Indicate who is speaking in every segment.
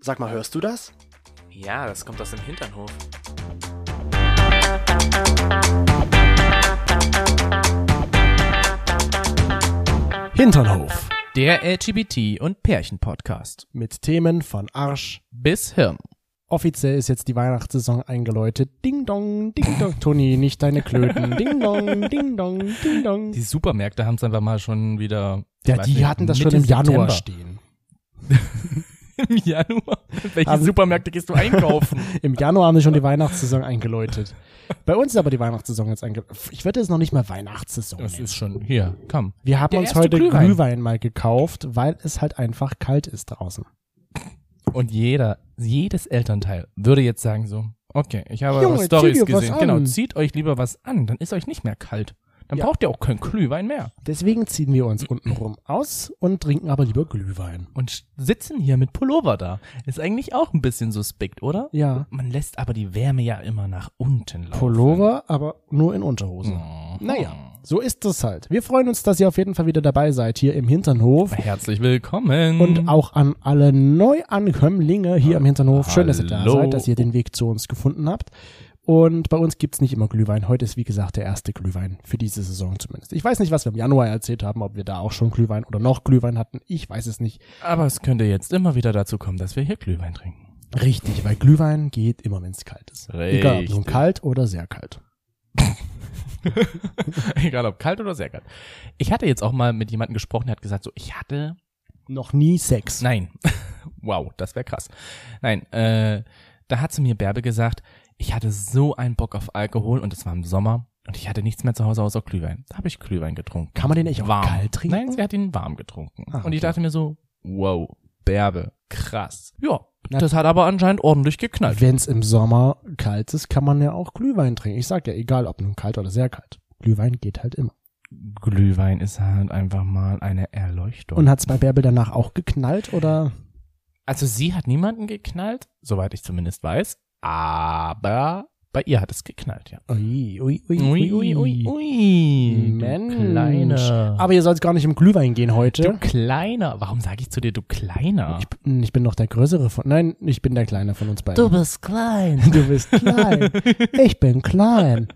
Speaker 1: Sag mal, hörst du das?
Speaker 2: Ja, das kommt aus dem Hinternhof.
Speaker 1: Hinternhof.
Speaker 2: Der LGBT- und Pärchen-Podcast.
Speaker 1: Mit Themen von Arsch.
Speaker 2: Bis Hirn.
Speaker 1: Offiziell ist jetzt die Weihnachtssaison eingeläutet. Ding dong, ding dong. Toni, nicht deine Klöten. Ding dong, ding dong, ding dong.
Speaker 3: Die Supermärkte haben es einfach mal schon wieder.
Speaker 1: Ja,
Speaker 3: weiß
Speaker 1: die
Speaker 3: nicht,
Speaker 1: hatten das schon
Speaker 3: Mitte
Speaker 1: im
Speaker 3: September.
Speaker 1: Januar stehen.
Speaker 3: Im Januar? Welche
Speaker 1: Haben-
Speaker 3: Supermärkte gehst du einkaufen?
Speaker 1: Im Januar haben sie schon die Weihnachtssaison eingeläutet. Bei uns ist aber die Weihnachtssaison jetzt eingeläutet. Ich würde es noch nicht mal Weihnachtssaison
Speaker 3: das
Speaker 1: nennen.
Speaker 3: ist schon. Hier, komm.
Speaker 1: Wir haben
Speaker 3: der
Speaker 1: uns
Speaker 3: erste
Speaker 1: heute Glühwein.
Speaker 3: Glühwein.
Speaker 1: mal gekauft, weil es halt einfach kalt ist draußen.
Speaker 3: Und jeder, jedes Elternteil würde jetzt sagen so, okay, ich habe
Speaker 1: Junge, zieh dir
Speaker 3: Stories
Speaker 1: was
Speaker 3: gesehen. Genau,
Speaker 1: an.
Speaker 3: zieht euch lieber was an, dann ist euch nicht mehr kalt. Dann
Speaker 1: Ja.
Speaker 3: braucht ihr auch keinen Glühwein mehr.
Speaker 1: Deswegen ziehen wir uns untenrum aus und trinken aber lieber Glühwein.
Speaker 3: Und sch- sitzen hier mit Pullover da. Ist eigentlich auch ein bisschen suspekt, oder?
Speaker 1: Ja.
Speaker 3: Man lässt aber die Wärme ja immer nach unten laufen.
Speaker 1: Pullover, aber nur in Unterhosen.
Speaker 3: Oh.
Speaker 1: Naja, Hm. so ist es halt. Wir freuen uns, dass ihr auf jeden Fall wieder dabei seid hier im Hinternhof
Speaker 3: Herzlich willkommen.
Speaker 1: und auch an alle Neuankömmlinge hier im Hinternhof. Schön, dass ihr da
Speaker 3: Hallo.
Speaker 1: seid, dass ihr den Weg zu uns gefunden habt. Und bei uns gibt's nicht immer Glühwein. Heute ist, wie gesagt, der erste Glühwein für diese Saison zumindest. Ich weiß nicht, was wir im Januar erzählt haben, ob wir da auch schon Glühwein oder noch Glühwein hatten. Ich weiß es nicht.
Speaker 3: Aber es könnte jetzt immer wieder dazu kommen, dass wir hier Glühwein trinken.
Speaker 1: Richtig, weil Glühwein geht immer, wenn's kalt ist. Egal, ob nun
Speaker 3: Richtig.
Speaker 1: kalt oder sehr kalt.
Speaker 3: Egal ob kalt oder sehr kalt. Ich hatte jetzt auch mal mit jemandem gesprochen, der hat gesagt, so, ich hatte.
Speaker 1: Noch nie Sex.
Speaker 3: Nein. wow, das wäre krass. Nein, äh, da hat zu mir Bärbe gesagt, ich hatte so einen Bock auf Alkohol und es war im Sommer und ich hatte nichts mehr zu Hause außer Glühwein. Da habe ich Glühwein getrunken.
Speaker 1: Kann man den nicht auch
Speaker 3: warm.
Speaker 1: kalt trinken?
Speaker 3: Nein, sie hat ihn warm getrunken.
Speaker 1: Ah,
Speaker 3: Und ich
Speaker 1: okay.
Speaker 3: dachte mir so, wow, Bärbe, krass. Ja, das hat aber anscheinend ordentlich geknallt.
Speaker 1: Wenn es im Sommer kalt ist, kann man ja auch Glühwein trinken. Ich sag ja, egal ob nun kalt oder sehr kalt. Glühwein geht halt immer.
Speaker 3: Glühwein ist halt einfach mal eine Erleuchtung.
Speaker 1: Und hat's bei Bärbel danach auch geknallt oder?
Speaker 3: Also sie hat niemanden geknallt, soweit ich zumindest weiß, aber bei ihr hat es geknallt, ja.
Speaker 1: Ui, ui, ui,
Speaker 3: ui.
Speaker 1: Mensch.
Speaker 3: Du Kleiner.
Speaker 1: Aber ihr sollt's gar nicht um Glühwein gehen
Speaker 3: du
Speaker 1: heute.
Speaker 3: Kleiner. Warum sage ich zu dir, du Kleiner?
Speaker 1: Ich, bin- ich bin noch der Größere von, nein, ich bin der Kleine von uns beiden.
Speaker 3: bist klein.
Speaker 1: du bist klein. ich bin klein.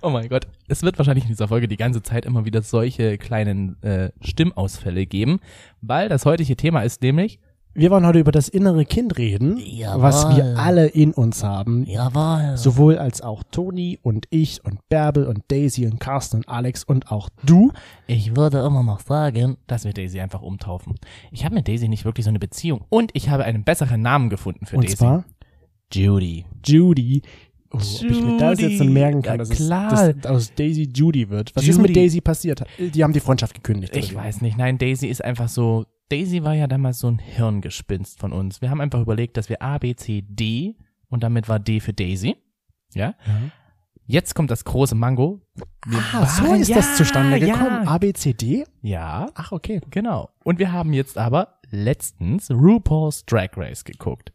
Speaker 3: Oh mein Gott. Es wird wahrscheinlich in dieser Folge die ganze Zeit immer wieder solche kleinen äh, Stimmausfälle geben, weil das heutige Thema ist nämlich
Speaker 1: Wir wollen heute über das innere Kind reden,
Speaker 3: Jawohl.
Speaker 1: was wir alle in uns haben.
Speaker 3: Jawohl. So
Speaker 1: Sowohl als auch Toni und ich und Bärbel und Daisy und Carsten und Alex und auch du.
Speaker 3: Ich würde immer noch sagen, dass wir Daisy einfach umtaufen. Ich habe mit Daisy nicht wirklich so eine Beziehung. Und ich habe einen besseren Namen gefunden für
Speaker 1: und
Speaker 3: Daisy.
Speaker 1: zwar
Speaker 3: Judy.
Speaker 1: Judy. Oh, Ob ich mir das jetzt dann merken kann,
Speaker 3: Ja,
Speaker 1: dass
Speaker 3: klar.
Speaker 1: es dass aus Daisy Judy wird. Was ist
Speaker 3: Judy.
Speaker 1: mit Daisy passiert? Die haben die Freundschaft gekündigt.
Speaker 3: Ich
Speaker 1: oder wie?
Speaker 3: weiß nicht. Nein, Daisy ist einfach so. Daisy war ja damals so ein Hirngespinst von uns. Wir haben einfach überlegt, dass wir A, B, C, D und damit war D für Daisy. Ja.
Speaker 1: Ja.
Speaker 3: Jetzt kommt das große Mango. Wir
Speaker 1: Ah, so
Speaker 3: waren-
Speaker 1: ist
Speaker 3: ja,
Speaker 1: das zustande gekommen.
Speaker 3: Ja,
Speaker 1: A, B, C, D?
Speaker 3: ja,
Speaker 1: Ach, okay.
Speaker 3: genau. Und wir haben jetzt aber letztens RuPaul's Drag Race geguckt.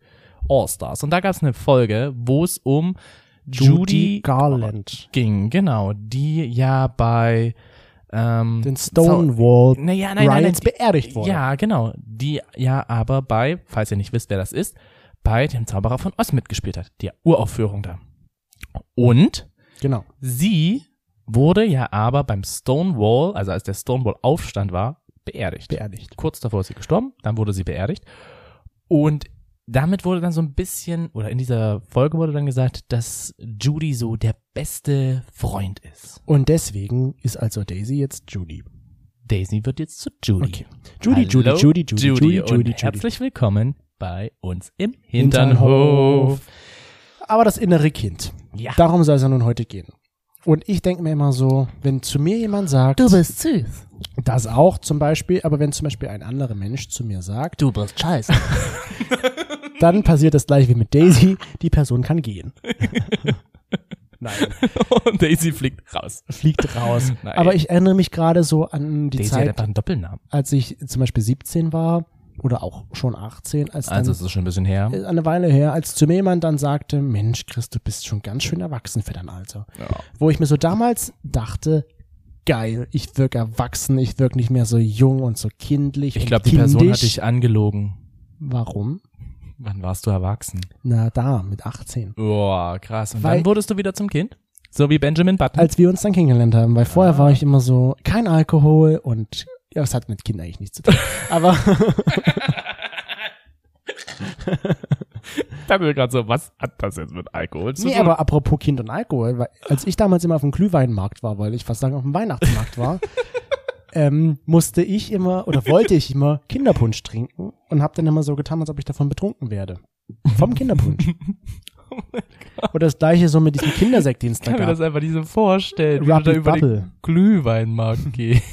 Speaker 3: All Stars. Und da gab es eine Folge, wo es um Judy,
Speaker 1: Garland.
Speaker 3: ging. Genau. Die ja bei ähm,
Speaker 1: Den Stonewall
Speaker 3: naja, nein, nein, nein,
Speaker 1: Ryans beerdigt wurde.
Speaker 3: ja, genau. Die ja aber bei, falls ihr nicht wisst, wer das ist, bei dem Zauberer von Oz mitgespielt hat. Die Uraufführung da. Und
Speaker 1: Genau.
Speaker 3: sie wurde ja aber beim Stonewall, also als der Stonewall-Aufstand war, beerdigt.
Speaker 1: Beerdigt.
Speaker 3: Kurz davor ist sie gestorben, dann wurde sie beerdigt. Und damit wurde dann so ein bisschen, oder in dieser Folge wurde dann gesagt, dass Judy so der beste Freund ist.
Speaker 1: Und deswegen ist also Daisy jetzt Judy.
Speaker 3: Daisy wird jetzt zu Judy.
Speaker 1: Okay. Judy, Judy,
Speaker 3: Hallo,
Speaker 1: Judy, Judy, Judy, Judy,
Speaker 3: und
Speaker 1: Judy,
Speaker 3: Herzlich willkommen bei uns im
Speaker 1: Hinternhof.
Speaker 3: Hinternhof.
Speaker 1: Aber das innere Kind.
Speaker 3: Ja.
Speaker 1: Darum soll es ja nun heute gehen. Und ich denke mir immer so, wenn zu mir jemand sagt,
Speaker 2: bist süß.
Speaker 1: das auch zum Beispiel, aber wenn zum Beispiel ein anderer Mensch zu mir sagt,
Speaker 2: Du bist scheiße.
Speaker 1: dann passiert das gleich wie mit Daisy, die Person kann gehen. Nein,
Speaker 3: Und Daisy fliegt raus.
Speaker 1: fliegt raus.
Speaker 3: Nein.
Speaker 1: Aber ich erinnere mich gerade so an die
Speaker 3: Daisy hat
Speaker 1: Zeit,
Speaker 3: einfach einen Doppelnamen.
Speaker 1: als ich zum Beispiel 17 war oder auch schon 18, als dann
Speaker 3: Also es ist schon ein bisschen her.
Speaker 1: ist eine Weile her, als zu mir jemand dann sagte, Mensch, Chris, du bist schon ganz schön erwachsen für dein Alter. Wo ich mir so damals dachte, geil, ich wirke erwachsen, ich wirke nicht mehr so jung und so kindlich.
Speaker 3: Ich
Speaker 1: und
Speaker 3: glaube, die Person
Speaker 1: kindisch.
Speaker 3: hat dich angelogen.
Speaker 1: Warum?
Speaker 3: Wann warst du erwachsen?
Speaker 1: Na, da, mit
Speaker 3: Hm?
Speaker 1: 18.
Speaker 3: Boah, krass. Und
Speaker 1: Weil-
Speaker 3: dann wurdest du wieder zum Kind? So wie Benjamin Button?
Speaker 1: Als wir uns dann kennengelernt haben, weil vorher
Speaker 3: Ah.
Speaker 1: war ich immer so, kein Alkohol und, ja, das hat mit Kindern eigentlich nichts zu tun. Aber,
Speaker 3: Ich dachte mir gerade so, was hat das jetzt mit Alkohol zu
Speaker 1: nee,
Speaker 3: tun?
Speaker 1: aber apropos Kind und Alkohol, weil, als ich damals immer auf dem Glühweinmarkt war, weil ich fast sagen auf dem Weihnachtsmarkt war, ähm, musste ich immer oder wollte ich immer Kinderpunsch trinken und habe dann immer so getan, als ob ich davon betrunken werde. Vom Kinderpunsch. Oder das gleiche so mit diesem Kindersekt, den es
Speaker 3: ich
Speaker 1: da
Speaker 3: Oh kann mir
Speaker 1: gab.
Speaker 3: das einfach nicht so vorstellen, wie du
Speaker 1: Rubbly
Speaker 3: da über den
Speaker 1: Bubble.
Speaker 3: Glühweinmarkt gehst.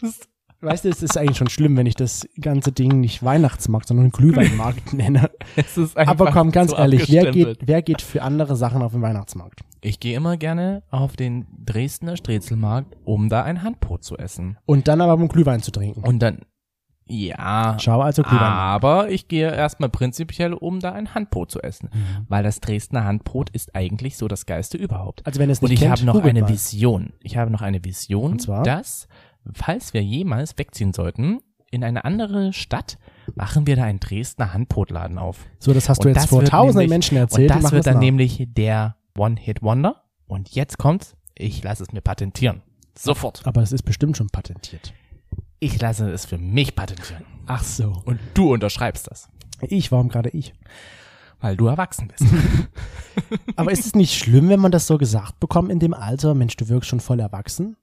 Speaker 3: Das ist-
Speaker 1: Weißt du, es ist eigentlich schon schlimm, wenn ich das ganze Ding nicht Weihnachtsmarkt, sondern Glühweinmarkt nenne.
Speaker 3: Es ist einfach
Speaker 1: Aber komm, ganz
Speaker 3: so
Speaker 1: ehrlich, wer geht,
Speaker 3: abgestempelt.
Speaker 1: wer geht für andere Sachen auf den Weihnachtsmarkt?
Speaker 3: Ich gehe immer gerne auf den Dresdner Strezelmarkt, um da ein Handbrot zu essen.
Speaker 1: Und dann aber um Glühwein zu trinken.
Speaker 3: Und dann, ja,
Speaker 1: Schau also Glühwein.
Speaker 3: aber ich gehe erstmal prinzipiell, um da ein Handbrot zu essen.
Speaker 1: Mhm.
Speaker 3: Weil das Dresdner Handbrot ist eigentlich so das Geilste überhaupt.
Speaker 1: Also wenn es
Speaker 3: Und
Speaker 1: nicht
Speaker 3: ich
Speaker 1: kennt,
Speaker 3: habe noch
Speaker 1: googelt
Speaker 3: eine
Speaker 1: mal.
Speaker 3: Vision. Ich habe noch eine Vision,
Speaker 1: Und zwar?
Speaker 3: dass, falls wir jemals wegziehen sollten, in eine andere Stadt, machen wir da einen Dresdner Handbrotladen auf.
Speaker 1: So, das hast du
Speaker 3: Und
Speaker 1: jetzt
Speaker 3: das
Speaker 1: vor
Speaker 3: wird
Speaker 1: tausenden
Speaker 3: nämlich-
Speaker 1: Menschen erzählt.
Speaker 3: und das
Speaker 1: machen
Speaker 3: wird dann
Speaker 1: nach.
Speaker 3: nämlich der One-Hit-Wonder. Und jetzt kommt's, ich lasse es mir patentieren. Sofort.
Speaker 1: Aber es ist bestimmt schon patentiert.
Speaker 3: Ich lasse es für mich patentieren.
Speaker 1: Ach so.
Speaker 3: Und du unterschreibst das.
Speaker 1: Ich, warum gerade ich?
Speaker 3: Weil du erwachsen bist.
Speaker 1: Aber ist es nicht schlimm, wenn man das so gesagt bekommt in dem Alter? Mensch, du wirkst schon voll erwachsen.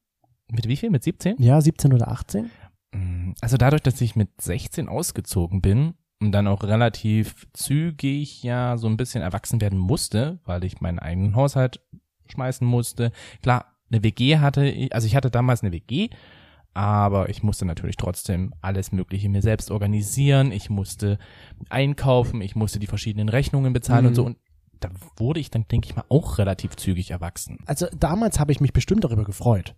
Speaker 3: Mit wie viel? Mit 17?
Speaker 1: Ja, 17 oder 18?
Speaker 3: Mm, Also dadurch, dass ich mit 16 ausgezogen bin und dann auch relativ zügig ja so ein bisschen erwachsen werden musste, weil ich meinen eigenen Haushalt schmeißen musste. Klar, eine WG hatte, ich- also ich hatte damals eine WG, aber ich musste natürlich trotzdem alles Mögliche mir selbst organisieren. Ich musste einkaufen, ich musste die verschiedenen Rechnungen bezahlen
Speaker 1: Mhm.
Speaker 3: und so. Und da wurde ich dann, denke ich mal, auch relativ zügig erwachsen.
Speaker 1: Also damals habe ich mich bestimmt darüber gefreut,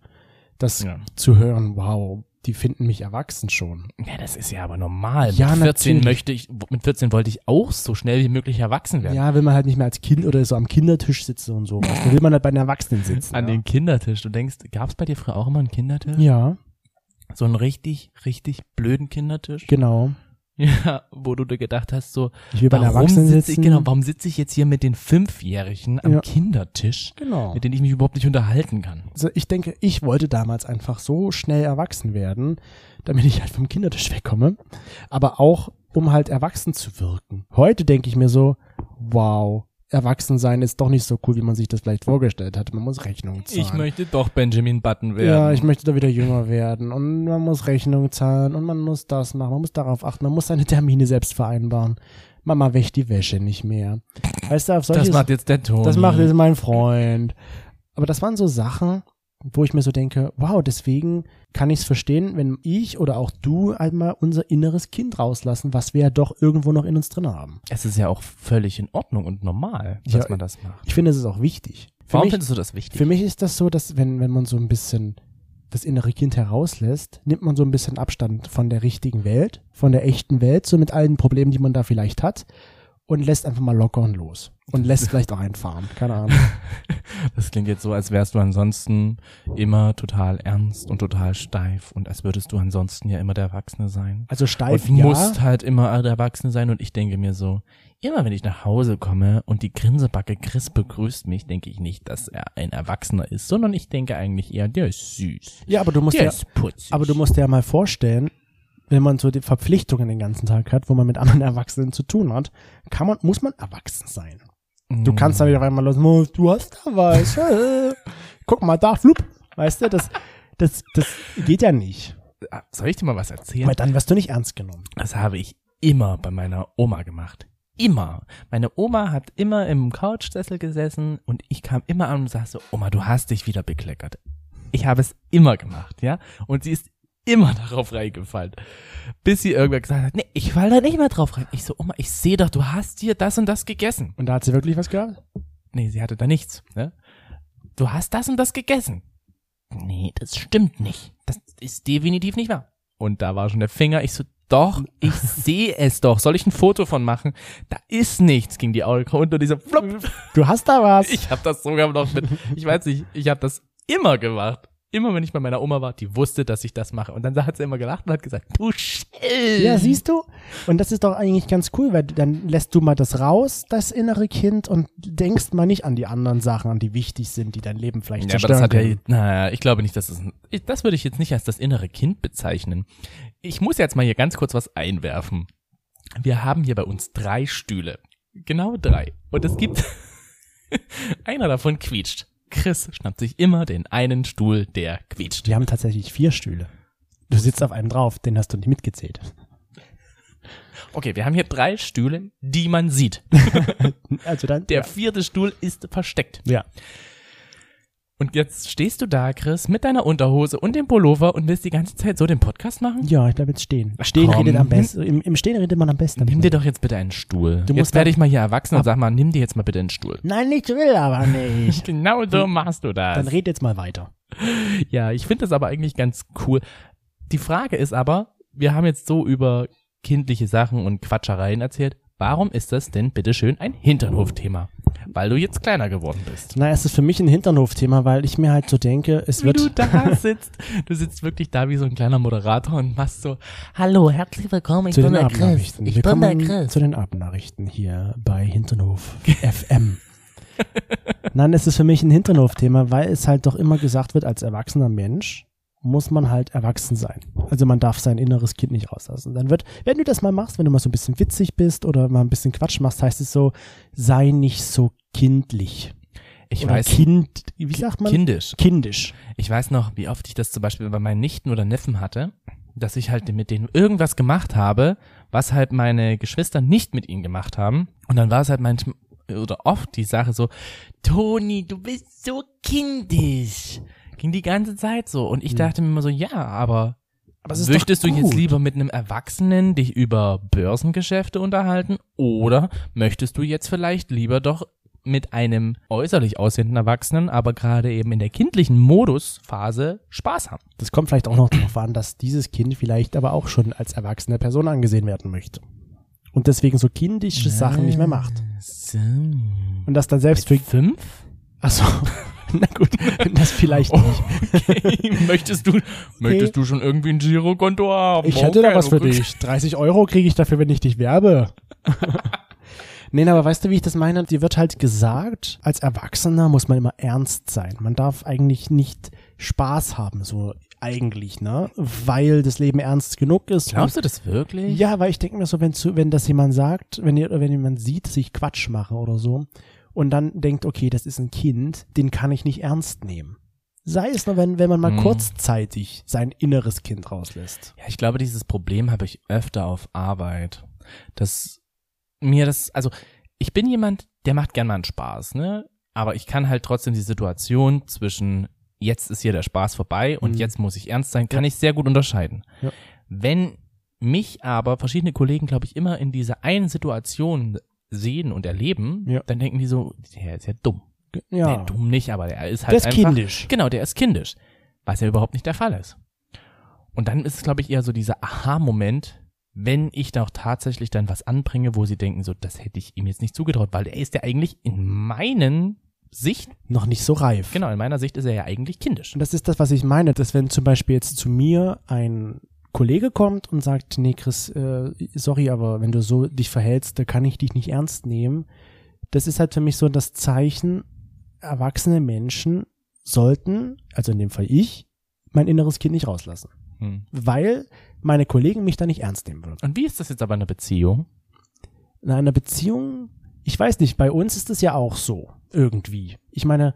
Speaker 1: das
Speaker 3: Ja.
Speaker 1: zu hören, wow, die finden mich erwachsen schon.
Speaker 3: Ja, das ist ja aber normal.
Speaker 1: Ja,
Speaker 3: mit 14
Speaker 1: natürlich.
Speaker 3: möchte ich, mit 14 wollte ich auch so schnell wie möglich erwachsen
Speaker 1: Ja.
Speaker 3: werden.
Speaker 1: will man halt nicht mehr als Kind oder so am Kindertisch sitzen und so. Da will man halt bei den Erwachsenen sitzen.
Speaker 3: An
Speaker 1: ja.
Speaker 3: den Kindertisch. Du denkst, gab's bei dir früher auch immer einen Kindertisch?
Speaker 1: ja,
Speaker 3: So einen richtig, richtig blöden Kindertisch?
Speaker 1: genau.
Speaker 3: Ja, wo du dir gedacht hast, so,
Speaker 1: Ich will bei den
Speaker 3: warum
Speaker 1: Erwachsenen
Speaker 3: sitze
Speaker 1: sitzen.
Speaker 3: ich, genau, warum sitze ich jetzt hier mit den Fünfjährigen am
Speaker 1: Ja.
Speaker 3: Kindertisch,
Speaker 1: genau.
Speaker 3: mit denen ich mich überhaupt nicht unterhalten kann?
Speaker 1: Also ich denke, ich wollte damals einfach so schnell erwachsen werden, damit ich halt vom Kindertisch wegkomme, aber auch um halt erwachsen zu wirken. Heute denke ich mir so, wow, erwachsen sein ist doch nicht so cool, wie man sich das vielleicht vorgestellt hat. Man muss Rechnungen zahlen.
Speaker 3: möchte doch Benjamin Button
Speaker 1: ja, ich möchte da wieder jünger werden und man muss Rechnungen zahlen und man muss das machen, man muss darauf achten, man muss seine Termine selbst vereinbaren. Mama wäscht die Wäsche nicht mehr. Weißt du, auf solche
Speaker 3: das macht jetzt der Ton.
Speaker 1: das macht jetzt mein Freund. Aber das waren so Sachen, wo ich mir so denke, wow, deswegen kann ich es verstehen, wenn ich oder auch du einmal unser inneres Kind rauslassen, was wir ja doch irgendwo noch in uns drin haben.
Speaker 3: Es ist ja auch völlig in Ordnung und normal,
Speaker 1: Ja,
Speaker 3: dass man das macht.
Speaker 1: Ich finde, es ist auch wichtig. Für,
Speaker 3: Warum
Speaker 1: mich,
Speaker 3: findest du das wichtig?
Speaker 1: für mich ist das so, dass wenn, wenn man so ein bisschen das innere Kind herauslässt, nimmt man so ein bisschen Abstand von der richtigen Welt, von der echten Welt, so mit allen Problemen, die man da vielleicht hat und lässt einfach mal locker und los und lässt vielleicht auch einfahren, keine Ahnung.
Speaker 3: Das klingt jetzt so, als wärst du ansonsten immer total ernst und total steif und als würdest du ansonsten ja immer der Erwachsene sein.
Speaker 1: Also steif,
Speaker 3: und
Speaker 1: ja.
Speaker 3: musst halt immer der Erwachsene sein und ich denke mir so, immer wenn ich nach Hause komme und die Grinsebacke Chris begrüßt mich, denke ich nicht, dass er ein Erwachsener ist, sondern ich denke eigentlich eher, der ist süß.
Speaker 1: Ja, aber du musst
Speaker 3: Der
Speaker 1: ja,
Speaker 3: ist putzig.
Speaker 1: aber du musst dir ja mal vorstellen, wenn man so die Verpflichtungen den ganzen Tag hat, wo man mit anderen Erwachsenen zu tun hat, kann man, muss man erwachsen sein.
Speaker 3: Hm.
Speaker 1: Du kannst dann wieder auf einmal los, "Oh, du hast da was, äh, guck mal da, flup, weißt du, das, das, das geht ja nicht,
Speaker 3: Ah, Soll ich dir mal was erzählen?
Speaker 1: weil dann wirst du nicht ernst genommen.
Speaker 3: Das habe ich immer bei meiner Oma gemacht. Immer. Meine Oma hat immer im Couchsessel gesessen und ich kam immer an und sagte so, Oma, du hast dich wieder bekleckert. Ich habe es immer gemacht, ja? Und sie ist immer darauf reingefallen. Bis sie irgendwann gesagt hat, nee, ich fall da nicht mehr drauf rein. Ich so, Oma, ich sehe doch, du hast hier das und das gegessen.
Speaker 1: Und da hat sie wirklich was gehabt?
Speaker 3: Nee, sie hatte da nichts, ne? Du hast das und das gegessen. Nee, das stimmt nicht. Das ist definitiv nicht wahr. Und da war schon der Finger. Ich so, doch, ich sehe es doch. Soll ich ein Foto von machen? Da ist nichts, ging die Augen runter. Diese Flop.
Speaker 1: Du hast da was.
Speaker 3: Ich habe das sogar noch mit, ich weiß nicht, ich habe das immer gemacht. Immer wenn ich bei meiner Oma war, die wusste, dass ich das mache. Und dann hat sie immer gelacht und hat gesagt, du Sch
Speaker 1: Ja, siehst du? Und das ist doch eigentlich ganz cool, weil dann lässt du mal das raus, das innere Kind, und denkst mal nicht an die anderen Sachen, an die wichtig sind, die dein Leben vielleicht
Speaker 3: Ja, aber
Speaker 1: zerstören
Speaker 3: das hat ja,
Speaker 1: können.
Speaker 3: naja, ich glaube nicht, dass das, ich- das würde ich jetzt nicht als das innere Kind bezeichnen. Ich muss jetzt mal hier ganz kurz was einwerfen. Wir haben hier bei uns drei Stühle. Genau drei. Und es gibt, einer davon quietscht. Chris schnappt sich immer den einen Stuhl, der quietscht.
Speaker 1: Wir haben tatsächlich vier Stühle. Du sitzt auf einem drauf, den hast du nicht mitgezählt.
Speaker 3: Okay, wir haben hier drei Stühle, die man sieht.
Speaker 1: Also dann.
Speaker 3: Der vierte Stuhl ist versteckt.
Speaker 1: ja.
Speaker 3: Und jetzt stehst du da, Chris, mit deiner Unterhose und dem Pullover und willst die ganze Zeit so den Podcast machen?
Speaker 1: Ja, ich bleib jetzt stehen. Stehen
Speaker 3: komm.
Speaker 1: redet am besten. Im, Im Stehen redet man am besten. hab ich
Speaker 3: Nimm dir doch jetzt bitte einen Stuhl.
Speaker 1: Du
Speaker 3: jetzt
Speaker 1: musst
Speaker 3: werde
Speaker 1: dann- Ah.
Speaker 3: ich mal hier erwachsen und sag mal, nimm dir jetzt mal bitte einen Stuhl.
Speaker 1: Nein, ich will aber nicht.
Speaker 3: Genau so machst du
Speaker 1: Dann
Speaker 3: das.
Speaker 1: red jetzt mal weiter.
Speaker 3: Ja, ich finde das aber eigentlich ganz cool. Die Frage ist aber, wir haben jetzt so über kindliche Sachen und Quatschereien erzählt. Warum ist das denn bitteschön ein Hinternhof-Thema? Weil du jetzt kleiner geworden bist.
Speaker 1: Na, es ist für mich ein Hinternhof-Thema, weil ich mir halt so denke, es
Speaker 3: Wie du
Speaker 1: wird.
Speaker 3: da sitzt, du sitzt wirklich da wie so ein kleiner Moderator und machst so, hallo, herzlich willkommen, ich
Speaker 1: Zu
Speaker 3: bin
Speaker 1: den
Speaker 3: der Chris.
Speaker 1: Abendnachrichten.
Speaker 3: Ich
Speaker 1: Wir
Speaker 3: bin der
Speaker 1: kommen
Speaker 3: Chris.
Speaker 1: zu den Abendnachrichten hier bei Hinternhof FM. Nein, es ist für mich ein Hinternhof-Thema, weil es halt doch immer gesagt wird, als erwachsener Mensch muss man halt erwachsen sein. Also man darf sein inneres Kind nicht rauslassen. Dann wird, wenn du das mal machst, wenn du mal so ein bisschen witzig bist oder mal ein bisschen Quatsch machst, heißt es so, sei nicht so kindlich.
Speaker 3: Ich
Speaker 1: oder
Speaker 3: weiß,
Speaker 1: Kind, wie sagt man?
Speaker 3: kindisch.
Speaker 1: Kindisch.
Speaker 3: Ich weiß noch, wie oft ich das zum Beispiel bei meinen Nichten oder Neffen hatte, dass ich halt mit denen irgendwas gemacht habe, was halt meine Geschwister nicht mit ihnen gemacht haben. Und dann war es halt manchmal oder oft die Sache so, Toni, du bist so kindisch. Ging die ganze Zeit so. Und ich dachte mir immer so, ja, aber
Speaker 1: Aber es ist doch
Speaker 3: möchtest du jetzt
Speaker 1: gut.
Speaker 3: lieber mit einem Erwachsenen dich über Börsengeschäfte unterhalten oder möchtest du jetzt vielleicht lieber doch mit einem äußerlich aussehenden Erwachsenen, aber gerade eben in der kindlichen Modusphase Spaß haben?
Speaker 1: Das kommt vielleicht auch noch darauf an, dass dieses Kind vielleicht aber auch schon als erwachsene Person angesehen werden möchte. Und deswegen so kindische Sachen nicht mehr macht.
Speaker 3: So.
Speaker 1: Und das dann selbst für.
Speaker 3: Mit fünf?
Speaker 1: Achso, na gut, das vielleicht nicht.
Speaker 3: Okay. möchtest du, möchtest du schon irgendwie ein Girokonto haben?
Speaker 1: Ich hätte da
Speaker 3: Oh, Okay,
Speaker 1: was
Speaker 3: du
Speaker 1: für
Speaker 3: guckst-
Speaker 1: dich. 30 Euro kriege ich dafür, wenn ich dich werbe. Nein, aber weißt du, wie ich das meine? Dir wird halt gesagt, als Erwachsener muss man immer ernst sein. Man darf eigentlich nicht Spaß haben, so eigentlich, ne? Weil das Leben ernst genug ist.
Speaker 3: Glaubst du das wirklich?
Speaker 1: Ja, weil ich denke mir so, wenn, zu, wenn das jemand sagt, wenn, ihr- wenn jemand sieht, dass ich Quatsch mache oder so, und dann denkt, okay, das ist ein Kind, den kann ich nicht ernst nehmen. Sei es nur, wenn, wenn man mal
Speaker 3: Hm.
Speaker 1: kurzzeitig sein inneres Kind rauslässt.
Speaker 3: Ja, ich glaube, dieses Problem habe ich öfter auf Arbeit. Dass mir das, also ich bin jemand, der macht gern mal einen Spaß, ne? Aber ich kann halt trotzdem die Situation zwischen jetzt ist hier der Spaß vorbei und
Speaker 1: Mhm.
Speaker 3: jetzt muss ich ernst sein, kann ich sehr gut unterscheiden.
Speaker 1: Ja.
Speaker 3: Wenn mich aber verschiedene Kollegen, glaube ich, immer in dieser einen Situation sehen und erleben,
Speaker 1: Ja.
Speaker 3: dann denken die so, der ist ja dumm.
Speaker 1: Ja,
Speaker 3: Nee, dumm nicht, aber der ist halt
Speaker 1: das ist
Speaker 3: einfach
Speaker 1: kindisch.
Speaker 3: Genau, der ist kindisch, was ja überhaupt nicht der Fall ist. Und dann ist es, glaube ich, eher so dieser Aha-Moment, wenn ich da auch tatsächlich dann was anbringe, wo sie denken, so, das hätte ich ihm jetzt nicht zugetraut, weil er ist ja eigentlich in meinen Sicht,
Speaker 1: Noch nicht so reif.
Speaker 3: genau, in meiner Sicht ist er ja eigentlich kindisch.
Speaker 1: Und das ist das, was ich meine, dass wenn zum Beispiel jetzt zu mir ein Kollege kommt und sagt, nee, Chris, äh, sorry, aber wenn du so dich verhältst, da kann ich dich nicht ernst nehmen. Das ist halt für mich so das Zeichen, erwachsene Menschen sollten, also in dem Fall ich, mein inneres Kind nicht rauslassen.
Speaker 3: Hm.
Speaker 1: Weil meine Kollegen mich da nicht ernst nehmen würden.
Speaker 3: Und wie ist das jetzt aber in einer Beziehung?
Speaker 1: In einer Beziehung, ich weiß nicht, bei uns ist es ja auch so, irgendwie. Ich meine,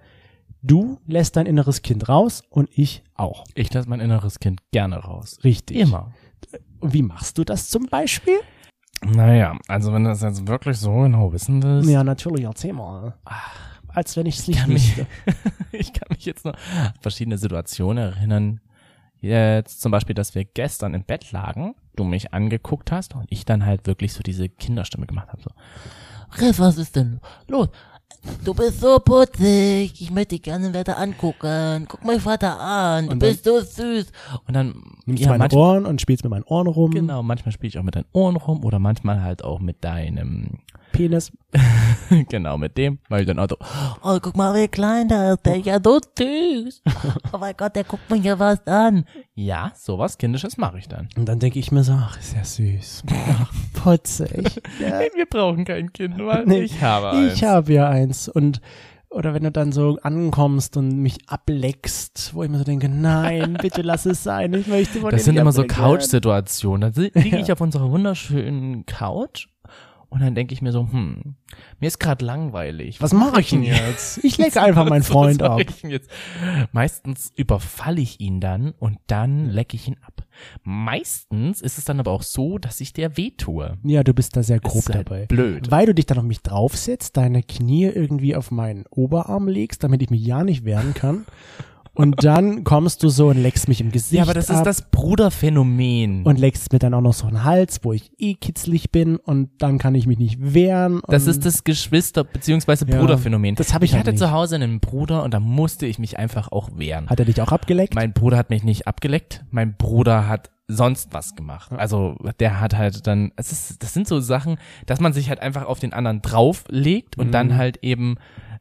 Speaker 1: du lässt dein inneres Kind raus und ich auch.
Speaker 3: Ich lasse mein inneres Kind gerne raus.
Speaker 1: Richtig.
Speaker 3: Immer.
Speaker 1: Und wie machst du das zum Beispiel?
Speaker 3: Naja, also wenn du das jetzt wirklich so genau wissen willst.
Speaker 1: Ja, natürlich, erzähl mal. Ah, Als wenn ich es nicht
Speaker 3: kann mich,
Speaker 1: wüsste.
Speaker 3: ich kann mich jetzt noch an verschiedene Situationen erinnern. Jetzt zum Beispiel, dass wir gestern im Bett lagen, du mich angeguckt hast und ich dann halt wirklich so diese Kinderstimme gemacht habe. So, Riff, was ist denn los?
Speaker 4: Du bist so putzig. Ich möchte dich gerne weiter angucken. Guck mein Vater an. Du
Speaker 1: Und dann-
Speaker 4: bist so süß.
Speaker 3: Und dann,
Speaker 1: Nimmst
Speaker 3: ja,
Speaker 1: meine
Speaker 3: manchmal,
Speaker 1: Ohren und spielst mit meinen Ohren rum.
Speaker 3: genau, manchmal spiele ich auch mit deinen Ohren rum oder manchmal halt auch mit deinem,
Speaker 1: Penis.
Speaker 3: genau, mit dem, weil ich dann auch so,
Speaker 4: Oh, guck mal, wie klein der ist. Der ist ja so süß. Oh mein Gott, der guckt mich ja was an.
Speaker 3: ja, sowas Kindisches mache ich dann.
Speaker 1: Und dann denke ich mir so, ach, ist ja süß. Ach, putzig.
Speaker 3: Hey, wir brauchen kein Kind, weil
Speaker 1: Äh. Nee,
Speaker 3: ich habe eins.
Speaker 1: Ich habe ja eins. Und oder wenn du dann so ankommst und mich ableckst, wo ich mir so denke, nein, bitte lass es sein, ich möchte von dir
Speaker 3: Das sind
Speaker 1: nicht
Speaker 3: immer so
Speaker 1: ablecken
Speaker 3: Couch-Situationen. Da si- liege ich auf unserer wunderschönen Couch und dann denke ich mir so, hm, mir ist gerade langweilig.
Speaker 1: Was mache ich denn jetzt? Ich lecke einfach meinen
Speaker 3: Was
Speaker 1: Freund
Speaker 3: soll
Speaker 1: ab.
Speaker 3: ich denn jetzt? Meistens überfalle ich ihn dann und dann lecke ich ihn ab. Meistens ist es dann aber auch so, dass ich der wehtue.
Speaker 1: Ja, du bist da sehr grob
Speaker 3: ist halt
Speaker 1: dabei.
Speaker 3: blöd.
Speaker 1: Weil du dich dann auf mich draufsetzt, deine Knie irgendwie auf meinen Oberarm legst, damit ich mich ja nicht wehren kann. Und dann kommst du so und leckst mich im Gesicht
Speaker 3: Ja, aber das
Speaker 1: ab
Speaker 3: ist das Bruderphänomen.
Speaker 1: und leckst mir dann auch noch so einen Hals, wo ich eh kitzlig bin und dann kann ich mich nicht wehren.
Speaker 3: Das
Speaker 1: und
Speaker 3: ist das Geschwister- bzw.
Speaker 1: Ja,
Speaker 3: Bruderphänomen.
Speaker 1: das hab ich
Speaker 3: Ich
Speaker 1: halt
Speaker 3: hatte
Speaker 1: nicht.
Speaker 3: zu Hause einen Bruder und da musste ich mich einfach auch wehren.
Speaker 1: Hat er dich auch abgeleckt?
Speaker 3: Mein Bruder hat mich nicht abgeleckt. Mein Bruder hat sonst was gemacht. Also der hat halt dann, es ist, das sind so Sachen, dass man sich halt einfach auf den anderen drauflegt und
Speaker 1: Mhm.
Speaker 3: dann halt eben,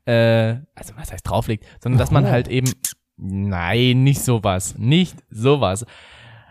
Speaker 3: äh, also was heißt drauflegt, sondern dass man
Speaker 1: Oh.
Speaker 3: halt eben, nein, nicht sowas, nicht sowas.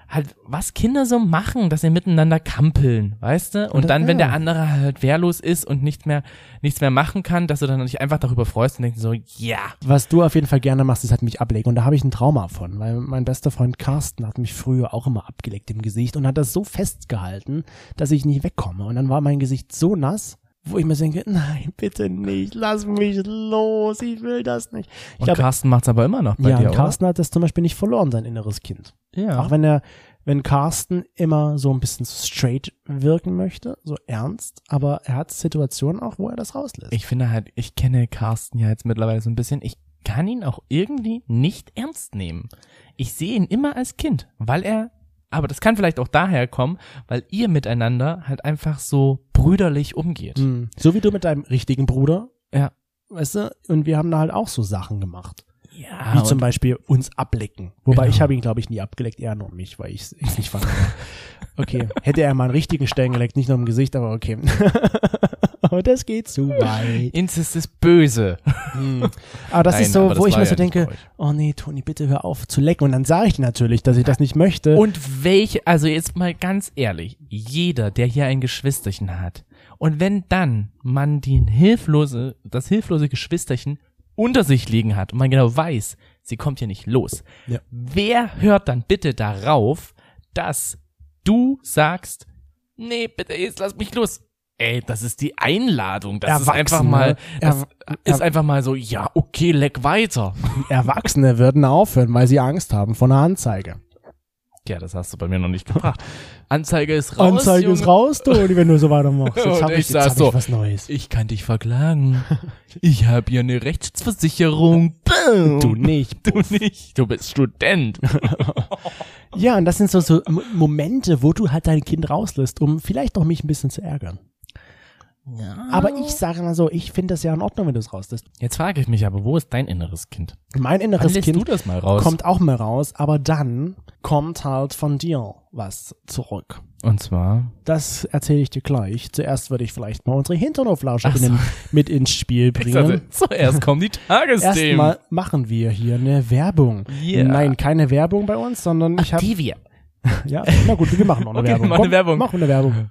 Speaker 3: Halt, was Kinder so machen, dass sie miteinander kampeln, weißt du? Und
Speaker 1: Oder-
Speaker 3: dann, wenn
Speaker 1: ja.
Speaker 3: der andere halt wehrlos ist und nicht mehr, nichts mehr machen kann, dass du dann dich einfach darüber freust und denkst so, ja,
Speaker 1: Was du auf jeden Fall gerne machst, ist halt mich ablecken. Und da habe ich ein Trauma von, weil mein bester Freund Carsten hat mich früher auch immer abgeleckt im Gesicht und hat das so festgehalten, dass ich nicht wegkomme. Und dann war mein Gesicht so nass, wo ich mir so denke, nein, bitte nicht, lass mich los, ich will das nicht. Ich
Speaker 3: Und
Speaker 1: glaube,
Speaker 3: Carsten macht's aber immer noch bei
Speaker 1: ja,
Speaker 3: dir,
Speaker 1: und Carsten hat das zum Beispiel nicht verloren, sein inneres Kind.
Speaker 3: oder? Ja.
Speaker 1: Auch wenn er, wenn Carsten immer so ein bisschen straight wirken möchte, so ernst, aber er hat Situationen auch, wo er das rauslässt.
Speaker 3: ich finde halt, ich kenne Carsten ja jetzt mittlerweile so ein bisschen. Ich kann ihn auch irgendwie nicht ernst nehmen. Ich sehe ihn immer als Kind, weil er, aber das kann vielleicht auch daher kommen, weil ihr miteinander halt einfach so brüderlich umgeht.
Speaker 1: Mm. So wie du mit deinem richtigen Bruder.
Speaker 3: Ja.
Speaker 1: Weißt du, und wir haben da halt auch so Sachen gemacht.
Speaker 3: Ja,
Speaker 1: wie zum Beispiel uns ablecken. Wobei
Speaker 3: Ah, Genau.
Speaker 1: ich habe ihn, glaube ich, nie abgeleckt, er nur mich, weil ich es nicht fand. okay, hätte er mal einen richtigen Stellen geleckt, nicht nur im Gesicht, aber okay. aber das geht zu weit.
Speaker 3: Inzest ist böse.
Speaker 1: Aber das
Speaker 3: Nein,
Speaker 1: ist so,
Speaker 3: aber das
Speaker 1: wo ich
Speaker 3: war
Speaker 1: mir
Speaker 3: ja
Speaker 1: so
Speaker 3: nicht
Speaker 1: denke,
Speaker 3: bei euch.
Speaker 1: oh nee, Toni, bitte hör auf zu lecken. Und dann sage ich dir natürlich, dass ich das nicht möchte.
Speaker 3: Und welche, also jetzt mal ganz ehrlich, jeder, der hier ein Geschwisterchen hat, und wenn dann man den hilflose, das hilflose Geschwisterchen unter sich liegen hat und man genau weiß, sie kommt hier nicht los,
Speaker 1: Ja.
Speaker 3: wer hört dann bitte darauf, dass du sagst, nee, bitte jetzt lass mich los. Ey, das ist die Einladung. Das ist einfach
Speaker 1: Erwachsene.
Speaker 3: mal, das
Speaker 1: Er-
Speaker 3: ist einfach mal so, ja, okay, leck weiter.
Speaker 1: Erwachsene würden aufhören, weil sie Angst haben vor einer Anzeige.
Speaker 3: Ja, das hast du bei mir noch nicht gebracht. Anzeige ist raus.
Speaker 1: Anzeige
Speaker 3: Junge.
Speaker 1: ist raus, Toni, wenn du so weitermachst. Jetzt
Speaker 3: Und
Speaker 1: habe
Speaker 3: ich
Speaker 1: ich, jetzt
Speaker 3: saß
Speaker 1: hab
Speaker 3: so.
Speaker 1: ich was Neues.
Speaker 3: Ich kann dich verklagen. Ich habe hier eine Rechtsversicherung.
Speaker 1: Du nicht.
Speaker 3: Du nicht. Du bist Student.
Speaker 1: Ja, und das sind so, so M- Momente, wo du halt dein Kind rauslässt, um vielleicht noch mich ein bisschen zu ärgern.
Speaker 4: Ja.
Speaker 1: Aber ich sage mal so, ich finde das ja in Ordnung, wenn du es rauslässt.
Speaker 3: Jetzt frage ich mich aber, wo ist dein inneres Kind?
Speaker 1: Mein
Speaker 3: Wann
Speaker 1: inneres
Speaker 3: lässt du
Speaker 1: Kind
Speaker 3: das mal raus?
Speaker 1: kommt auch mal raus, aber dann kommt halt von dir was zurück.
Speaker 3: Und zwar,
Speaker 1: Das erzähle ich dir gleich. Zuerst würde ich vielleicht mal unsere Hinternhoflausche
Speaker 3: Ach so.
Speaker 1: mit ins Spiel
Speaker 3: ich sagte,
Speaker 1: bringen.
Speaker 3: zuerst kommen die Tagesthemen.
Speaker 1: Erstmal machen wir hier eine Werbung.
Speaker 3: Yeah.
Speaker 1: Nein, keine Werbung bei uns, sondern ich habe
Speaker 3: Activia.
Speaker 1: ja, na gut, wir machen auch eine
Speaker 3: Okay,
Speaker 1: Werbung.
Speaker 3: mach eine
Speaker 1: Komm,
Speaker 3: Werbung.
Speaker 1: Mach eine Werbung.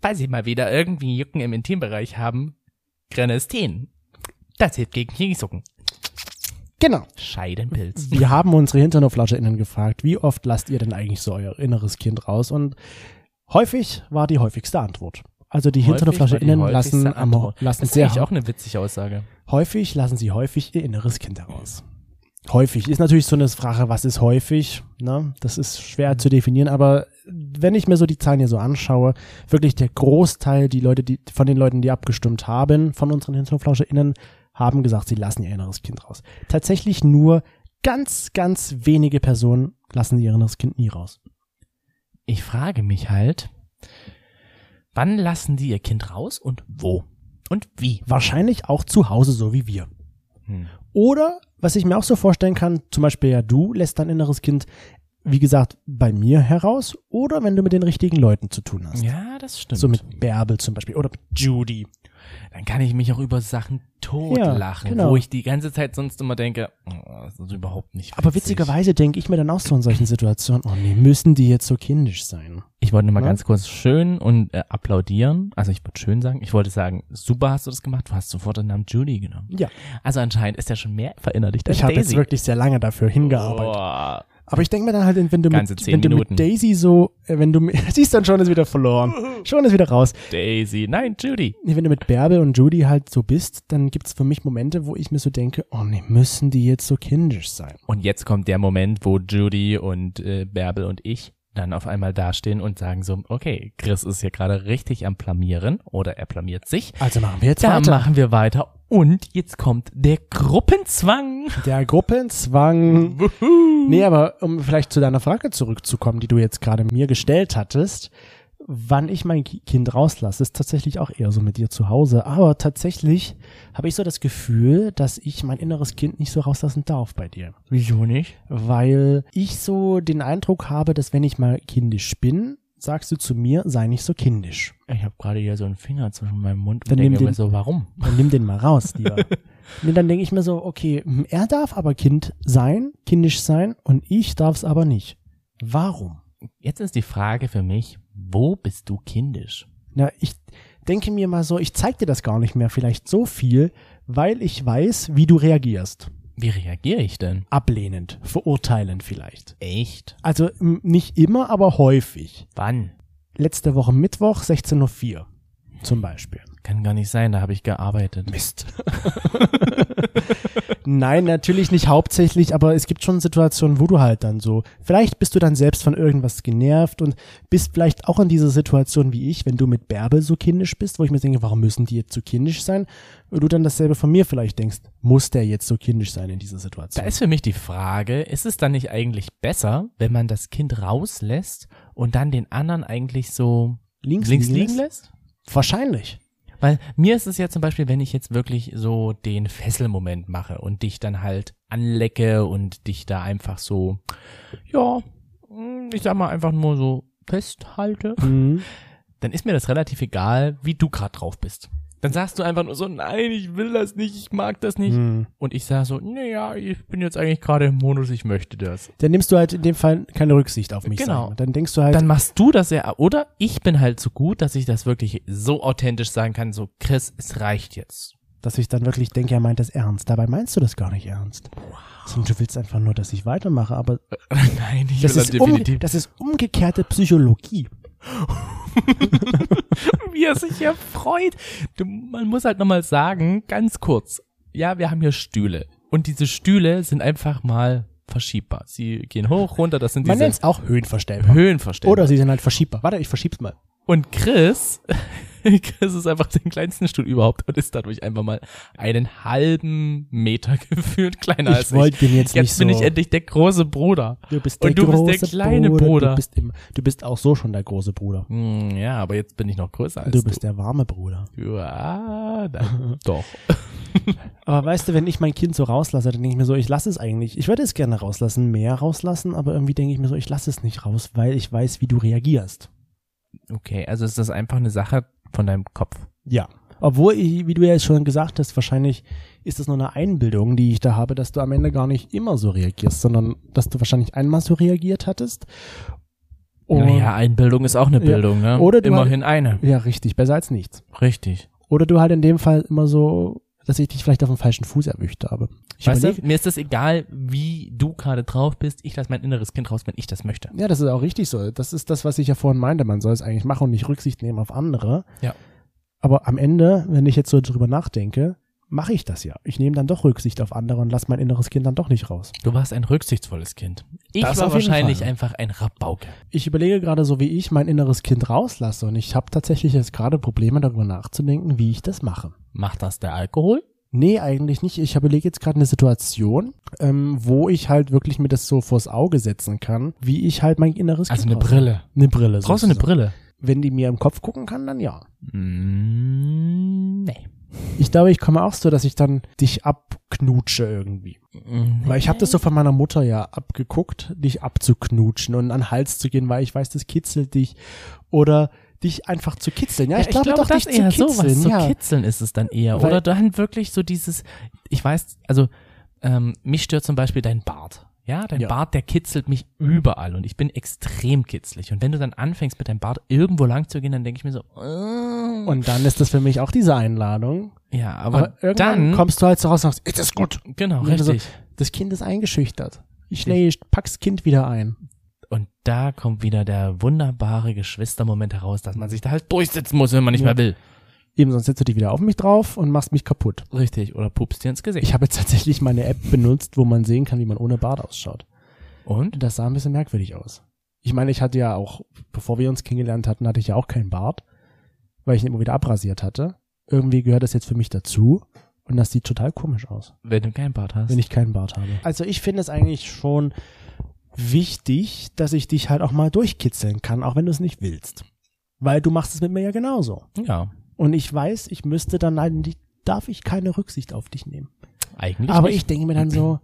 Speaker 3: Falls Sie mal wieder irgendwie Jucken im Intimbereich haben, Grenestin. Das hilft gegen Kniesucken.
Speaker 1: Genau.
Speaker 3: Scheidenpilz.
Speaker 1: Wir haben unsere HinternhoflauscherInnen gefragt, wie oft lasst ihr denn eigentlich so euer inneres Kind raus? Und häufig war die häufigste Antwort. Also die
Speaker 3: Häufig
Speaker 1: HinternhoflauscherInnen
Speaker 3: war die
Speaker 1: lassen,
Speaker 3: häufigste
Speaker 1: am,
Speaker 3: Antwort.
Speaker 1: lassen
Speaker 3: Das ist
Speaker 1: sehr
Speaker 3: eigentlich auch eine witzige Aussage.
Speaker 1: häufig, lassen sie häufig ihr inneres Kind heraus. Häufig ist natürlich so eine Frage, was ist häufig? Ne? Das ist schwer zu definieren, aber wenn ich mir so die Zahlen hier so anschaue, wirklich der Großteil die Leute, die, von den Leuten, die abgestimmt haben, von unseren HinternhoflauscherInnen, haben gesagt, sie lassen ihr inneres Kind raus. Tatsächlich nur ganz, ganz wenige Personen lassen ihr inneres Kind nie raus.
Speaker 3: Ich frage mich halt, wann lassen die ihr Kind raus und wo? Und wie?
Speaker 1: Wahrscheinlich auch zu Hause, so wie wir.
Speaker 3: Hm.
Speaker 1: Oder, was ich mir auch so vorstellen kann, zum Beispiel ja du lässt dein inneres Kind, wie gesagt, bei mir heraus oder wenn du mit den richtigen Leuten zu tun hast.
Speaker 3: Ja, das stimmt.
Speaker 1: So mit Bärbel zum Beispiel oder Judy.
Speaker 3: Dann kann ich mich auch über Sachen totlachen,
Speaker 1: Ja, genau.
Speaker 3: wo ich die ganze Zeit sonst immer denke, oh, das ist überhaupt nicht
Speaker 1: Aber
Speaker 3: witzig.
Speaker 1: witzigerweise denke ich mir dann auch so in solchen Situationen, oh nee, müssen die jetzt so kindisch sein?
Speaker 3: Ich wollte nur mal
Speaker 1: Ne?
Speaker 3: ganz kurz schön und äh, applaudieren. Also ich würde schön sagen, ich wollte sagen, super hast du das gemacht, du hast sofort den Namen Judy genommen.
Speaker 1: Ja,
Speaker 3: Also anscheinend ist er schon mehr verinnerlicht als
Speaker 1: ich habe jetzt
Speaker 3: Daisy. Oh,
Speaker 1: wirklich sehr lange dafür hingearbeitet.
Speaker 3: Boah.
Speaker 1: Aber ich denke mir dann halt, wenn du,
Speaker 3: Ganze
Speaker 1: mit,
Speaker 3: zehn
Speaker 1: wenn du
Speaker 3: Minuten.
Speaker 1: mit Daisy so, äh, wenn du, mit- siehst dann schon ist wieder verloren, schon ist wieder raus.
Speaker 3: Daisy, nein, Judy.
Speaker 1: Nee, wenn du mit Bärbel und Judy halt so bist, dann gibt's für mich Momente, wo ich mir so denke, oh nee, müssen die jetzt so kindisch sein?
Speaker 3: Und jetzt kommt der Moment, wo Judy und äh, Bärbel und ich dann auf einmal dastehen und sagen so, okay, Chris ist hier gerade richtig am Blamieren oder er blamiert sich.
Speaker 1: Also machen wir jetzt
Speaker 3: Da
Speaker 1: weiter.
Speaker 3: machen wir weiter. Und jetzt kommt der Gruppenzwang.
Speaker 1: Der Gruppenzwang. nee, aber um vielleicht zu deiner Frage zurückzukommen, die du jetzt gerade mir gestellt hattest, wann ich mein Ki- Kind rauslasse, ist tatsächlich auch eher so mit dir zu Hause. Aber tatsächlich habe ich so das Gefühl, dass ich mein inneres Kind nicht so rauslassen darf bei dir.
Speaker 3: Wieso nicht?
Speaker 1: weil ich so den Eindruck habe, dass wenn ich mal kindisch bin, sagst du zu mir, sei nicht so kindisch.
Speaker 3: Ich habe gerade hier so einen Finger zwischen meinem Mund und
Speaker 1: Dann nimm
Speaker 3: denke mir
Speaker 1: den-
Speaker 3: so, warum?
Speaker 1: Dann nimm den mal raus, lieber. Nee, dann denke ich mir so, okay, hm, er darf aber Kind sein, kindisch sein und ich darf es aber nicht. Warum?
Speaker 3: Jetzt ist die Frage für mich, wo bist du kindisch?
Speaker 1: Na, ich denke mir mal so, ich zeig dir das gar nicht mehr vielleicht so viel, weil ich weiß, wie du reagierst.
Speaker 3: Wie reagiere ich denn?
Speaker 1: Ablehnend, verurteilend vielleicht.
Speaker 3: Echt?
Speaker 1: Also hm, nicht immer, aber häufig.
Speaker 3: Wann?
Speaker 1: Letzte Woche Mittwoch, 16.04 Uhr zum Beispiel.
Speaker 3: Kann gar nicht sein, da habe ich gearbeitet.
Speaker 1: Mist. Nein, natürlich nicht hauptsächlich, aber es gibt schon Situationen, wo du halt dann so, vielleicht bist du dann selbst von irgendwas genervt und bist vielleicht auch in dieser Situation wie ich, wenn du mit Bärbel so kindisch bist, wo ich mir denke, warum müssen die jetzt so kindisch sein? Und du dann dasselbe von mir vielleicht denkst, muss der jetzt so kindisch sein in dieser
Speaker 3: Da
Speaker 1: Situation?
Speaker 3: ist für mich die Frage, ist es dann nicht eigentlich besser, wenn man das Kind rauslässt und dann den anderen eigentlich so
Speaker 1: Links liegen
Speaker 3: liegen lässt?
Speaker 1: Wahrscheinlich.
Speaker 3: Weil mir ist es ja zum Beispiel, wenn ich jetzt wirklich so den Fesselmoment mache und dich dann halt anlecke und dich da einfach so, ja, mm, ich sag mal einfach nur so festhalte, dann ist mir das relativ egal, wie du gerade drauf bist. Dann sagst du einfach nur so, nein, ich will das nicht, ich mag das nicht.
Speaker 1: Mhm.
Speaker 3: Und ich sag so, naja, ich bin jetzt eigentlich gerade im Modus, ich möchte das.
Speaker 1: Dann nimmst du halt in dem Fall keine Rücksicht auf mich.
Speaker 3: Genau.
Speaker 1: sag ich mal. Dann denkst du halt,
Speaker 3: Dann machst du das ja, oder ich bin halt so gut, dass ich das wirklich so authentisch sagen kann, so, Chris, es reicht jetzt.
Speaker 1: dass ich dann wirklich denke, er meint das ernst. Dabei meinst du das gar nicht ernst. Sondern du willst einfach nur, dass ich weitermache, aber
Speaker 3: Nein, ich
Speaker 1: das
Speaker 3: will
Speaker 1: ist, um, das ist umgekehrte Psychologie.
Speaker 3: wie er sich ja freut. Du, man muss halt nochmal sagen, ganz kurz. Ja, wir haben hier Stühle. Und diese Stühle sind einfach mal verschiebbar. Sie gehen hoch, runter, das sind
Speaker 1: Man nennt
Speaker 3: diese
Speaker 1: es auch höhenverstellbar.
Speaker 3: Höhenverstellbar.
Speaker 1: Oder sie sind halt verschiebbar. Warte, ich verschieb's mal.
Speaker 3: und Chris, Chris ist einfach den kleinsten Stuhl überhaupt und ist dadurch einfach mal einen halben Meter gefühlt kleiner als
Speaker 1: ich wollte den jetzt,
Speaker 3: ich. Jetzt
Speaker 1: nicht
Speaker 3: bin
Speaker 1: so.
Speaker 3: ich endlich der große Bruder.
Speaker 1: du bist der
Speaker 3: und du
Speaker 1: große
Speaker 3: bist der kleine
Speaker 1: Bruder.
Speaker 3: Bruder.
Speaker 1: Du, bist im, du bist auch so schon der große Bruder.
Speaker 3: Hm, ja, aber jetzt bin ich noch größer als
Speaker 1: Du bist der warme Bruder.
Speaker 3: Ja, na, doch.
Speaker 1: Aber weißt du, wenn ich mein Kind so rauslasse, dann denke ich mir so, ich lasse es eigentlich. Ich würde es gerne rauslassen, mehr rauslassen, aber irgendwie denke ich mir so, ich lasse es nicht raus, weil ich weiß, wie du reagierst.
Speaker 3: Okay, also ist das einfach eine Sache von deinem Kopf.
Speaker 1: Ja. Obwohl, ich, wie du ja jetzt schon gesagt hast, wahrscheinlich ist das nur eine Einbildung, die ich da habe, dass du am Ende gar nicht immer so reagierst, sondern dass du wahrscheinlich einmal so reagiert hattest. Und-
Speaker 3: naja, Einbildung ist auch eine
Speaker 1: Ja.
Speaker 3: Bildung, ne?
Speaker 1: Oder du
Speaker 3: Immerhin eine.
Speaker 1: ja, richtig, besser als nichts.
Speaker 3: Richtig.
Speaker 1: Oder du halt in dem Fall immer so, dass ich dich vielleicht auf dem falschen Fuß erwischt habe. Ich
Speaker 3: weißt
Speaker 1: überleg-
Speaker 3: du, mir ist das egal, wie du gerade drauf bist. Ich lasse mein inneres Kind raus, wenn ich das möchte.
Speaker 1: Ja, das ist auch richtig so. Das ist das, was ich ja vorhin meinte. Man soll es eigentlich machen und nicht Rücksicht nehmen auf andere.
Speaker 3: Ja.
Speaker 1: Aber am Ende, wenn ich jetzt so drüber nachdenke, mache ich das ja. Ich nehme dann doch Rücksicht auf andere und lasse mein inneres Kind dann doch nicht raus.
Speaker 3: Du warst ein rücksichtsvolles Kind. Ich
Speaker 1: Das
Speaker 3: war
Speaker 1: auf jeden
Speaker 3: wahrscheinlich
Speaker 1: Fall.
Speaker 3: einfach ein Rabauke.
Speaker 1: Ich überlege gerade so, wie ich mein inneres Kind rauslasse und ich habe tatsächlich jetzt gerade Probleme darüber nachzudenken, wie ich das mache.
Speaker 3: Macht das der Alkohol?
Speaker 1: Nee, eigentlich nicht. Ich überlege jetzt gerade eine Situation, ähm, wo ich halt wirklich mir das so vors Auge setzen kann, wie ich halt mein inneres
Speaker 3: Also
Speaker 1: Kind
Speaker 3: eine
Speaker 1: rauslasse.
Speaker 3: Brille.
Speaker 1: Eine Brille.
Speaker 3: Brauchst du eine
Speaker 1: sozusagen.
Speaker 3: Brille?
Speaker 1: Wenn die mir im Kopf gucken kann, dann ja.
Speaker 3: Mm, nee.
Speaker 1: Ich glaube, ich komme auch so, dass ich dann dich abknutsche irgendwie.
Speaker 3: Mhm.
Speaker 1: Weil ich habe das so von meiner Mutter ja abgeguckt, dich abzuknutschen und an den Hals zu gehen, weil ich weiß, das kitzelt dich. Oder dich einfach zu kitzeln. Ja, ich, glaube, doch,
Speaker 3: das
Speaker 1: dich zu
Speaker 3: eher
Speaker 1: kitzeln.
Speaker 3: sowas. So
Speaker 1: ja.
Speaker 3: kitzeln ist es dann eher.
Speaker 1: Weil-
Speaker 3: Oder dann wirklich so dieses, ich weiß, also ähm, mich stört zum Beispiel dein Bart. Ja, dein
Speaker 1: Ja.
Speaker 3: Bart, der kitzelt mich überall und ich bin extrem kitzlig. Und wenn du dann anfängst, mit deinem Bart irgendwo lang zu gehen, dann denke ich mir so, äh,
Speaker 1: Und dann ist das für mich auch diese Einladung.
Speaker 3: ja, aber,
Speaker 1: Aber irgendwann
Speaker 3: dann,
Speaker 1: kommst du halt so raus und sagst, ist das gut?
Speaker 3: genau,
Speaker 1: Und dann so,
Speaker 3: richtig.
Speaker 1: das Kind ist eingeschüchtert. Ich, nee, ich pack's Kind wieder ein.
Speaker 3: Und da kommt wieder der wunderbare Geschwistermoment heraus, dass man sich da halt durchsetzen muss, wenn man nicht
Speaker 1: Ja.
Speaker 3: mehr will.
Speaker 1: Eben, sonst setzt du dich wieder auf mich drauf und machst mich kaputt.
Speaker 3: Richtig, oder pupst dir ins Gesicht.
Speaker 1: Ich habe jetzt tatsächlich meine App benutzt, wo man sehen kann, wie man ohne Bart ausschaut.
Speaker 3: Und?
Speaker 1: Das sah ein bisschen merkwürdig aus. Ich meine, ich hatte ja auch, bevor wir uns kennengelernt hatten, hatte ich ja auch keinen Bart, weil ich ihn immer wieder abrasiert hatte. Irgendwie gehört das jetzt für mich dazu und das sieht total komisch aus.
Speaker 3: Wenn du kein Bart hast.
Speaker 1: wenn ich keinen Bart habe. Also ich finde es eigentlich schon wichtig, dass ich dich halt auch mal durchkitzeln kann, auch wenn du es nicht willst. Weil du machst es mit mir ja genauso.
Speaker 3: ja,
Speaker 1: Und ich weiß, ich müsste dann leider nicht, darf ich keine Rücksicht auf dich nehmen.
Speaker 3: eigentlich
Speaker 1: Aber
Speaker 3: nicht.
Speaker 1: ich denke mir dann so,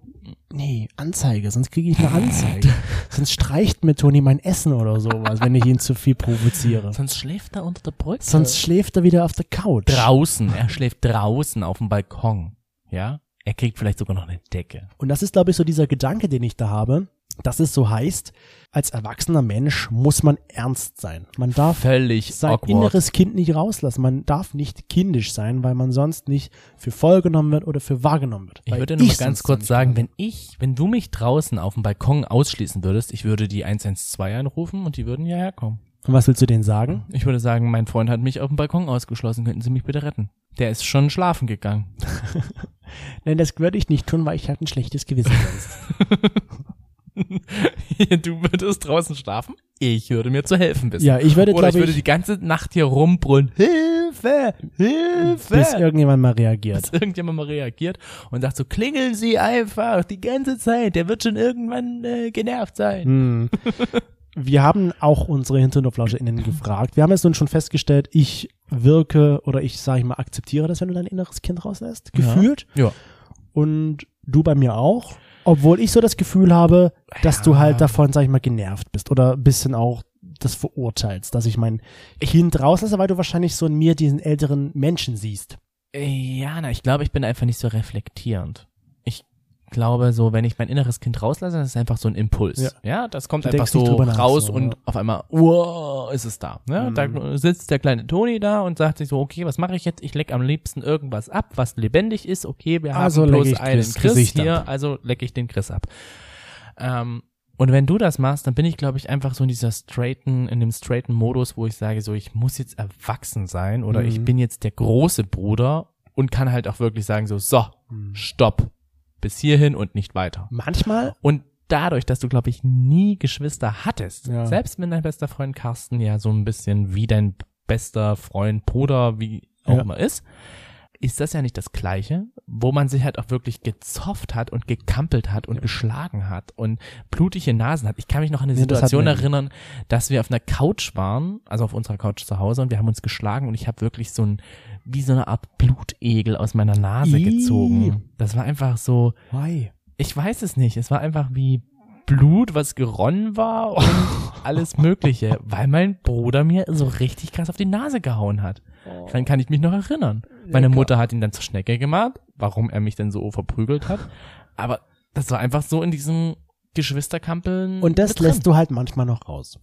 Speaker 1: nee, Anzeige, sonst kriege ich eine Anzeige. sonst streicht mir Toni mein Essen oder sowas, wenn ich ihn zu viel provoziere.
Speaker 3: Sonst schläft er unter der Brücke.
Speaker 1: Sonst schläft er wieder auf der Couch.
Speaker 3: draußen. Er schläft draußen auf dem Balkon. Ja? Er kriegt vielleicht sogar noch eine Decke.
Speaker 1: Und das ist, glaube ich, so dieser Gedanke, den ich da habe, dass es so heißt, als erwachsener Mensch muss man ernst sein. Man darf
Speaker 3: Völlig
Speaker 1: sein
Speaker 3: awkward.
Speaker 1: inneres Kind nicht rauslassen. Man darf nicht kindisch sein, weil man sonst nicht für voll genommen wird oder für wahrgenommen wird.
Speaker 3: ich
Speaker 1: Weil
Speaker 3: würde nur mal ganz
Speaker 1: sonst
Speaker 3: kurz
Speaker 1: nicht
Speaker 3: sagen,
Speaker 1: kann.
Speaker 3: wenn ich, wenn du mich draußen auf dem Balkon ausschließen würdest, ich würde die 112 anrufen und die würden ja herkommen.
Speaker 1: Und was willst du denen sagen?
Speaker 3: Ich würde sagen, mein Freund hat mich auf dem Balkon ausgeschlossen, könnten Sie mich bitte retten? Der ist schon schlafen gegangen.
Speaker 1: Nein, das würde ich nicht tun, weil ich halt ein schlechtes Gewissen sonst.
Speaker 3: du würdest draußen schlafen? Ich würde mir zu helfen wissen.
Speaker 1: ja, ich würde,
Speaker 3: Oder ich
Speaker 1: glaube
Speaker 3: würde
Speaker 1: ich,
Speaker 3: die ganze Nacht hier rumbrüllen. Hilfe! Hilfe!
Speaker 1: bis irgendjemand mal
Speaker 3: dass
Speaker 1: reagiert.
Speaker 3: irgendjemand mal reagiert und sagt so, klingeln Sie einfach die ganze Zeit, der wird schon irgendwann äh, genervt sein.
Speaker 1: Hm. Wir haben auch unsere HinternoflauscherInnen gefragt. Wir haben jetzt nun schon festgestellt, ich wirke oder ich, sage ich mal, akzeptiere das, wenn du dein inneres Kind rauslässt,
Speaker 3: Ja.
Speaker 1: gefühlt.
Speaker 3: Ja.
Speaker 1: Und du bei mir auch. Obwohl ich so das Gefühl habe, dass du
Speaker 3: Ja.
Speaker 1: halt davon, sag ich mal, genervt bist oder ein bisschen auch das verurteilst, dass ich mein Kind rauslasse, weil du wahrscheinlich so in mir diesen älteren Menschen siehst.
Speaker 3: Äh, Ja, na, ich glaube, ich bin einfach nicht so reflektierend. Ich glaube so, wenn ich mein inneres Kind rauslasse, das ist einfach so ein Impuls.
Speaker 1: Ja.
Speaker 3: Ja, das kommt
Speaker 1: Du
Speaker 3: einfach
Speaker 1: denkst nicht
Speaker 3: so
Speaker 1: drüber nach,
Speaker 3: raus
Speaker 1: so,
Speaker 3: und
Speaker 1: ja.
Speaker 3: auf einmal, wow, ist es da. Ne?
Speaker 1: Mhm.
Speaker 3: Da sitzt der kleine Toni da und sagt sich so, okay, was mache ich jetzt? Ich leck am liebsten irgendwas ab, was lebendig ist. Okay, wir haben
Speaker 1: Also leck
Speaker 3: bloß
Speaker 1: ich
Speaker 3: einen
Speaker 1: das
Speaker 3: Chris
Speaker 1: Gesicht
Speaker 3: hier,
Speaker 1: ab.
Speaker 3: also leck ich den Chris ab. Ähm, und wenn du das machst, dann bin ich, glaube ich, einfach so in dieser straighten, in dem straighten Modus, wo ich sage, so, ich muss jetzt erwachsen sein oder ich
Speaker 1: Mhm.
Speaker 3: bin jetzt der große Bruder und kann halt auch wirklich sagen, so, so, stopp, bis hierhin und nicht weiter.
Speaker 1: Manchmal,
Speaker 3: Und dadurch, dass du, glaube ich, nie Geschwister hattest,
Speaker 1: Ja.
Speaker 3: selbst wenn dein bester Freund Carsten ja so ein bisschen wie dein bester Freund, Bruder, wie auch
Speaker 1: Ja.
Speaker 3: immer ist, ist das ja nicht das Gleiche, wo man sich halt auch wirklich gezofft hat und gekampelt hat und geschlagen hat und blutige Nasen hat. Ich kann mich noch an eine
Speaker 1: Nee, das
Speaker 3: Situation
Speaker 1: hatten wir
Speaker 3: erinnern, dass wir auf einer Couch waren, also auf unserer Couch zu Hause und wir haben uns geschlagen und ich habe wirklich so ein, wie so eine Art Blutegel aus meiner Nase
Speaker 1: Ih.
Speaker 3: gezogen. Das war einfach so,
Speaker 1: why?
Speaker 3: ich weiß es nicht. Es war einfach wie Blut, was geronnen war und alles Mögliche, weil mein Bruder mir so richtig krass auf die Nase gehauen hat.
Speaker 1: Oh.
Speaker 3: Dann kann ich mich noch erinnern. Meine Mutter hat ihn dann zur Schnecke gemacht, warum er mich denn so verprügelt hat. Aber das war einfach so in diesem Geschwisterkampeln.
Speaker 1: Und das lässt du halt manchmal noch raus.